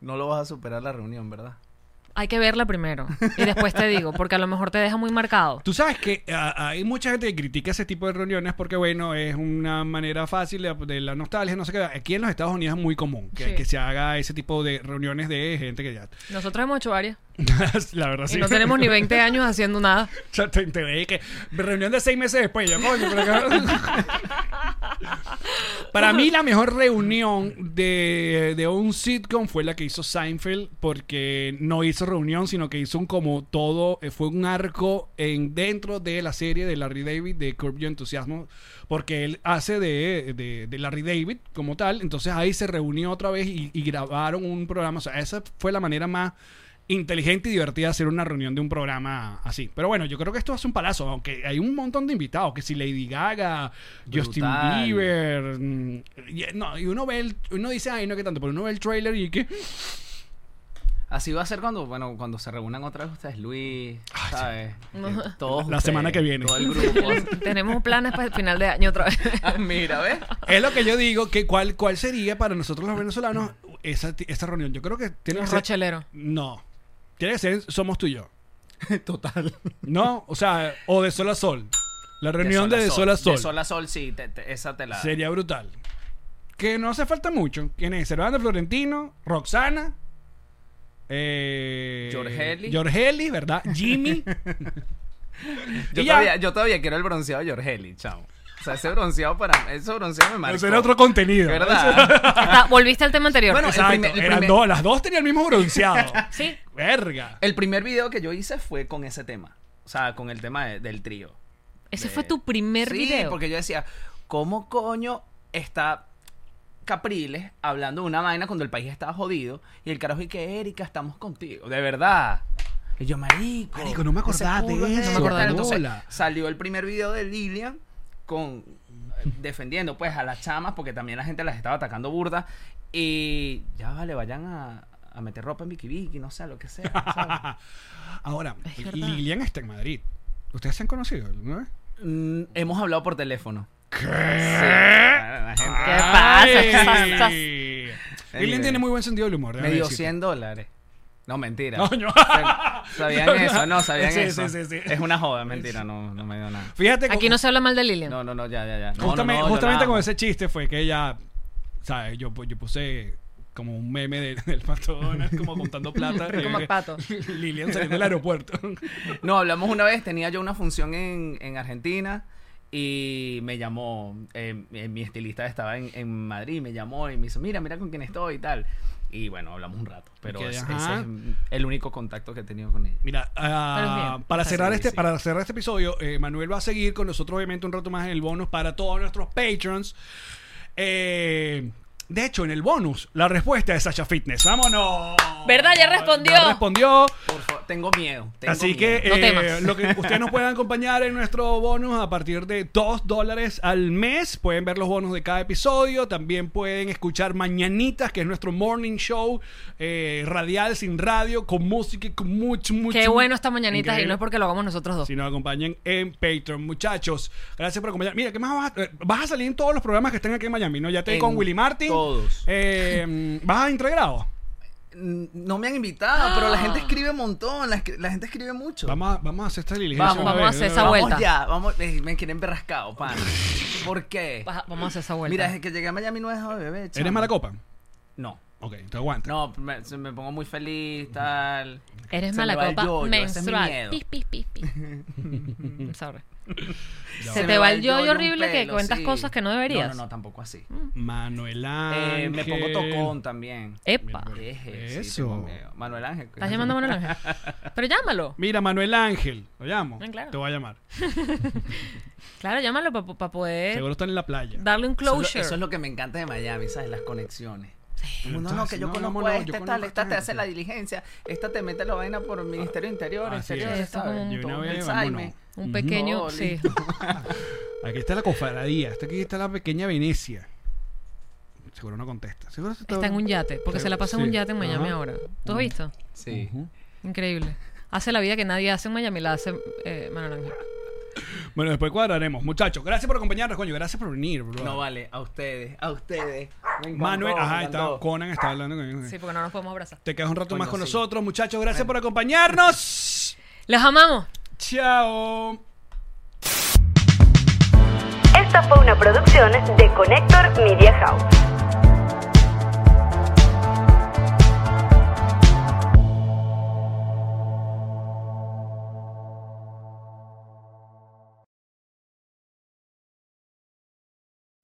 [SPEAKER 5] No lo vas a superar la reunión, ¿verdad?
[SPEAKER 3] Hay que verla primero. Y después te digo, porque a lo mejor te deja muy marcado.
[SPEAKER 4] Tú sabes que eh, a- hay mucha gente que critica ese tipo de reuniones porque, bueno, es una manera fácil de, de la nostalgia, no sé qué. Aquí en los Estados Unidos es muy común que,
[SPEAKER 3] Sí.
[SPEAKER 4] que se haga ese tipo de reuniones de gente que ya...
[SPEAKER 3] Nosotros hemos hecho varias.
[SPEAKER 4] la verdad sí.
[SPEAKER 3] Y no tenemos ni 20 años haciendo nada.
[SPEAKER 4] O sea, te, te veí que reunión de seis meses después, yo, coño, pero que- Para mí la mejor reunión de, de un sitcom fue la que hizo Seinfeld porque no hizo reunión, sino que hizo un como todo, eh, fue un arco en dentro de la serie de Larry David de Curb Your Enthusiasm porque él hace de, de- de Larry David como tal, entonces ahí se reunió otra vez y, y grabaron un programa, o sea, esa fue la manera más inteligente y divertida hacer una reunión de un programa así. Pero bueno, yo creo que esto hace un palazo, aunque hay un montón de invitados, que si Lady Gaga, Justin
[SPEAKER 5] Brutal.
[SPEAKER 4] Bieber, mm, y, no, y uno ve el, uno dice, ay, no que tanto, pero uno ve el trailer y que
[SPEAKER 5] Así va a ser cuando, bueno, cuando se reúnan otra vez ustedes, Luis, ¿sabes? Eh, Todos
[SPEAKER 4] La semana que viene.
[SPEAKER 5] Todo el grupo.
[SPEAKER 3] Tenemos planes para el final de año otra vez.
[SPEAKER 5] Ah, Mira, ¿ves?
[SPEAKER 4] es lo que yo digo, que cuál, cuál sería para nosotros los venezolanos esa, esa reunión. Yo creo que tiene que
[SPEAKER 3] Un
[SPEAKER 4] ser-
[SPEAKER 3] rochelero.
[SPEAKER 4] No. Tiene que ser Somos tú y yo.
[SPEAKER 5] Total.
[SPEAKER 4] No, o sea, o de sol a sol. La reunión de,
[SPEAKER 5] sol
[SPEAKER 4] de sol a
[SPEAKER 5] De
[SPEAKER 4] sol.
[SPEAKER 5] sol a sol, sí, te- te- esa te la.
[SPEAKER 4] Sería brutal. Que no hace falta mucho. ¿Quién es? Servando Florentino, Roxana, eh,
[SPEAKER 5] Jorgeli.
[SPEAKER 4] Jorgeli, ¿verdad? Jimmy.
[SPEAKER 5] Yo
[SPEAKER 4] Y ya.
[SPEAKER 5] todavía, yo todavía quiero el bronceado de Jorgeli, chao. O sea, ese bronceado para. Ese bronceado me marcó.
[SPEAKER 4] Ese era otro contenido.
[SPEAKER 5] ¿Verdad?
[SPEAKER 3] Está, volviste al tema anterior.
[SPEAKER 5] Bueno,
[SPEAKER 4] Exacto.
[SPEAKER 5] El primer- el
[SPEAKER 4] eran
[SPEAKER 5] primer-
[SPEAKER 4] dos, las dos tenían el mismo bronceado.
[SPEAKER 3] Sí.
[SPEAKER 4] Verga.
[SPEAKER 5] el primer video que yo hice fue con ese tema. O sea, con el tema de- del trío.
[SPEAKER 3] Ese fue tu primer
[SPEAKER 5] sí,
[SPEAKER 3] video.
[SPEAKER 5] porque yo decía, ¿cómo coño está Capriles hablando de una vaina cuando el país estaba jodido? Y el carajo, y que Erika, estamos contigo. De verdad. Y yo, marico.
[SPEAKER 4] Marico, no me
[SPEAKER 5] ese
[SPEAKER 4] acordaba de
[SPEAKER 5] culo es
[SPEAKER 4] eso,
[SPEAKER 5] este".
[SPEAKER 3] No me acordaba.
[SPEAKER 5] Entonces,
[SPEAKER 4] bola.
[SPEAKER 5] salió el primer video de Lilian con defendiendo pues a las chamas porque también la gente las estaba atacando burda y ya vale vayan a, a meter ropa en Vicky Vicky no sé lo que sea ¿sabes?
[SPEAKER 4] Ahora,
[SPEAKER 3] Es verdad.
[SPEAKER 4] Lilian está en Madrid. ¿Ustedes se han conocido alguna vez?
[SPEAKER 5] Mm, hemos hablado por teléfono
[SPEAKER 4] ¿Qué?
[SPEAKER 5] Sí. Ah, La gente-
[SPEAKER 3] ¿Qué pasa? ¿Qué
[SPEAKER 4] Ay.
[SPEAKER 3] pasa?
[SPEAKER 4] Lilian tiene muy buen sentido del humor.
[SPEAKER 5] Me
[SPEAKER 4] déjame
[SPEAKER 5] dio
[SPEAKER 4] decirte.
[SPEAKER 5] 100 dólares. No, mentira.
[SPEAKER 4] Coño.
[SPEAKER 5] Sabían
[SPEAKER 4] No, no.
[SPEAKER 5] eso, no, sabían
[SPEAKER 4] Sí,
[SPEAKER 5] eso.
[SPEAKER 4] sí, sí, sí.
[SPEAKER 5] Es una joda, mentira, no, no me dio nada.
[SPEAKER 4] Fíjate
[SPEAKER 3] Aquí
[SPEAKER 4] cómo-
[SPEAKER 3] no se habla mal de Lilian.
[SPEAKER 5] No, no, no, ya, ya, ya. No,
[SPEAKER 4] Justamente,
[SPEAKER 5] no, no, yo
[SPEAKER 4] justamente
[SPEAKER 5] la
[SPEAKER 4] con
[SPEAKER 5] amo.
[SPEAKER 4] ese chiste fue que ella, ¿sabes? Yo, pu- yo puse como un meme de- del pato Donald, como contando plata.
[SPEAKER 3] Rico McPato.
[SPEAKER 4] Lilian saliendo del aeropuerto.
[SPEAKER 5] No, hablamos una vez, tenía yo una función en, en Argentina y me llamó, eh, eh, mi estilista estaba en, en Madrid, me llamó y me dice, mira, mira con quién estoy y tal. Y bueno, hablamos un rato, pero
[SPEAKER 4] Ok,
[SPEAKER 5] ese,
[SPEAKER 4] ajá.
[SPEAKER 5] ese es el único contacto que he tenido con ella.
[SPEAKER 4] Mira, ah,
[SPEAKER 3] bien.
[SPEAKER 4] para,
[SPEAKER 5] Así
[SPEAKER 4] cerrar
[SPEAKER 5] que
[SPEAKER 4] este,
[SPEAKER 5] sí.
[SPEAKER 4] para cerrar este episodio, eh, Manuel va a seguir con nosotros obviamente un rato más en el bonus para todos nuestros patrons. Eh, de hecho, en el bonus, la respuesta es Sasha Fitness. ¡Vámonos!
[SPEAKER 3] ¿Verdad? Ya respondió.
[SPEAKER 4] Ya respondió.
[SPEAKER 5] Por favor, tengo miedo. tengo
[SPEAKER 4] Así
[SPEAKER 5] miedo.
[SPEAKER 4] que,
[SPEAKER 3] No
[SPEAKER 4] eh,
[SPEAKER 3] temas.
[SPEAKER 4] lo que ustedes nos puedan acompañar en nuestro bonus a partir de 2 dólares al mes. Pueden ver los bonos de cada episodio. También pueden escuchar Mañanitas, que es nuestro morning show eh, radial, sin radio, con música y con mucho, mucho.
[SPEAKER 3] Qué bueno esta mañanita y
[SPEAKER 4] Increíble.
[SPEAKER 3] no es porque lo hagamos nosotros dos.
[SPEAKER 4] Si nos acompañan en Patreon, muchachos. Gracias por acompañar. Mira, ¿qué más vas a, eh, vas a salir en todos los programas que están aquí en Miami? ¿no? Ya te vi
[SPEAKER 5] En
[SPEAKER 4] con Willy Martin.
[SPEAKER 5] todos.
[SPEAKER 4] Eh, ¿Vas a integrado?
[SPEAKER 5] Mm, No me han invitado, pero la
[SPEAKER 4] ¡Ah!
[SPEAKER 5] gente escribe un montón, la, escri- la gente escribe mucho.
[SPEAKER 4] Vamos a, vamos a hacer esta diligencia. Eh,
[SPEAKER 5] Vamos,
[SPEAKER 4] una
[SPEAKER 5] vamos
[SPEAKER 3] a
[SPEAKER 4] vez,
[SPEAKER 3] hacer
[SPEAKER 4] ¿no?
[SPEAKER 3] esa
[SPEAKER 5] Vamos
[SPEAKER 3] vuelta.
[SPEAKER 5] ya, vamos, eh, me quieren ver rascado, pan. ¿Por qué?
[SPEAKER 3] Baja- Vamos a hacer esa vuelta.
[SPEAKER 5] Mira, desde que llegué a Miami no he dejado de beber.
[SPEAKER 4] ¿Eres
[SPEAKER 5] chamo.
[SPEAKER 4] mala copa?
[SPEAKER 5] No,
[SPEAKER 4] Ok, te aguanto.
[SPEAKER 5] no, me, se- me pongo muy feliz, tal.
[SPEAKER 3] Eres
[SPEAKER 5] Se
[SPEAKER 3] mala
[SPEAKER 5] me va el
[SPEAKER 3] copa
[SPEAKER 5] yoyo, ese es mi
[SPEAKER 3] menstrual.
[SPEAKER 5] miedo.
[SPEAKER 3] Pis, pis, pis, pis. I'm sorry.
[SPEAKER 4] Ya
[SPEAKER 3] Se
[SPEAKER 4] va.
[SPEAKER 3] te va el yoyo
[SPEAKER 5] yoyo un
[SPEAKER 3] horrible que
[SPEAKER 5] pelo,
[SPEAKER 3] cuentas cosas que no deberías. Mm.
[SPEAKER 5] No, no, no, tampoco así.
[SPEAKER 4] Manuel
[SPEAKER 5] Eh, me pongo
[SPEAKER 4] Ángel.
[SPEAKER 5] tocón también.
[SPEAKER 3] Epa.
[SPEAKER 5] Eje,
[SPEAKER 4] Eso.
[SPEAKER 5] tengo miedo. Manuel Ángel.
[SPEAKER 3] ¿Estás llamando a Manuel Ángel? Pero llámalo.
[SPEAKER 4] Mira, Manuel Ángel. Lo llamo.
[SPEAKER 3] Ah, claro.
[SPEAKER 4] Te voy a llamar.
[SPEAKER 3] Claro, llámalo para poder
[SPEAKER 4] Seguro están en la playa.
[SPEAKER 3] darle un
[SPEAKER 5] Eso es lo-
[SPEAKER 3] closure.
[SPEAKER 5] Eso es lo que me encanta de Miami, ¿sabes? Las conexiones. No, no,
[SPEAKER 4] Entonces,
[SPEAKER 5] que yo
[SPEAKER 4] no,
[SPEAKER 5] conozco
[SPEAKER 4] no,
[SPEAKER 5] a
[SPEAKER 4] no,
[SPEAKER 5] este
[SPEAKER 4] yo
[SPEAKER 5] tal,
[SPEAKER 4] conozco a
[SPEAKER 5] esta te
[SPEAKER 4] esta
[SPEAKER 5] hace
[SPEAKER 4] gente.
[SPEAKER 5] la diligencia, esta te mete la vaina por el Ministerio Interior,
[SPEAKER 4] Así
[SPEAKER 5] Exterior,
[SPEAKER 4] es.
[SPEAKER 3] Esto es como
[SPEAKER 5] ¿sabes?
[SPEAKER 3] un
[SPEAKER 4] Y una
[SPEAKER 3] montón.
[SPEAKER 4] vez,
[SPEAKER 5] Alzheimer.
[SPEAKER 4] vámonos.
[SPEAKER 3] Un pequeño,
[SPEAKER 5] No,
[SPEAKER 3] sí.
[SPEAKER 5] listo.
[SPEAKER 4] Aquí está la cofradía. Esta aquí está la pequeña Venecia. Seguro no contesta. Seguro se
[SPEAKER 3] Está en un yate, porque se la pasa en
[SPEAKER 4] Sí.
[SPEAKER 3] un yate en Miami
[SPEAKER 4] Ajá.
[SPEAKER 3] ahora. ¿Tú has visto?
[SPEAKER 5] Sí.
[SPEAKER 3] Increíble. Hace la vida que nadie hace en Miami, la hace eh, Manuel Ángel.
[SPEAKER 4] Bueno, después cuadraremos. Muchachos, gracias por acompañarnos, coño. Gracias por venir, bro.
[SPEAKER 5] No vale, a ustedes, a ustedes. Me encantó,
[SPEAKER 4] Manuel,
[SPEAKER 5] me
[SPEAKER 4] ajá,
[SPEAKER 5] encantó.
[SPEAKER 4] está, Conan está hablando con
[SPEAKER 3] Sí, porque no nos podemos abrazar.
[SPEAKER 4] Te quedas un rato
[SPEAKER 5] Coño,
[SPEAKER 4] más con
[SPEAKER 5] sí.
[SPEAKER 4] nosotros, muchachos. Gracias por acompañarnos.
[SPEAKER 3] ¡Los amamos!
[SPEAKER 4] Chao.
[SPEAKER 1] Esta fue una producción de Connector Media House.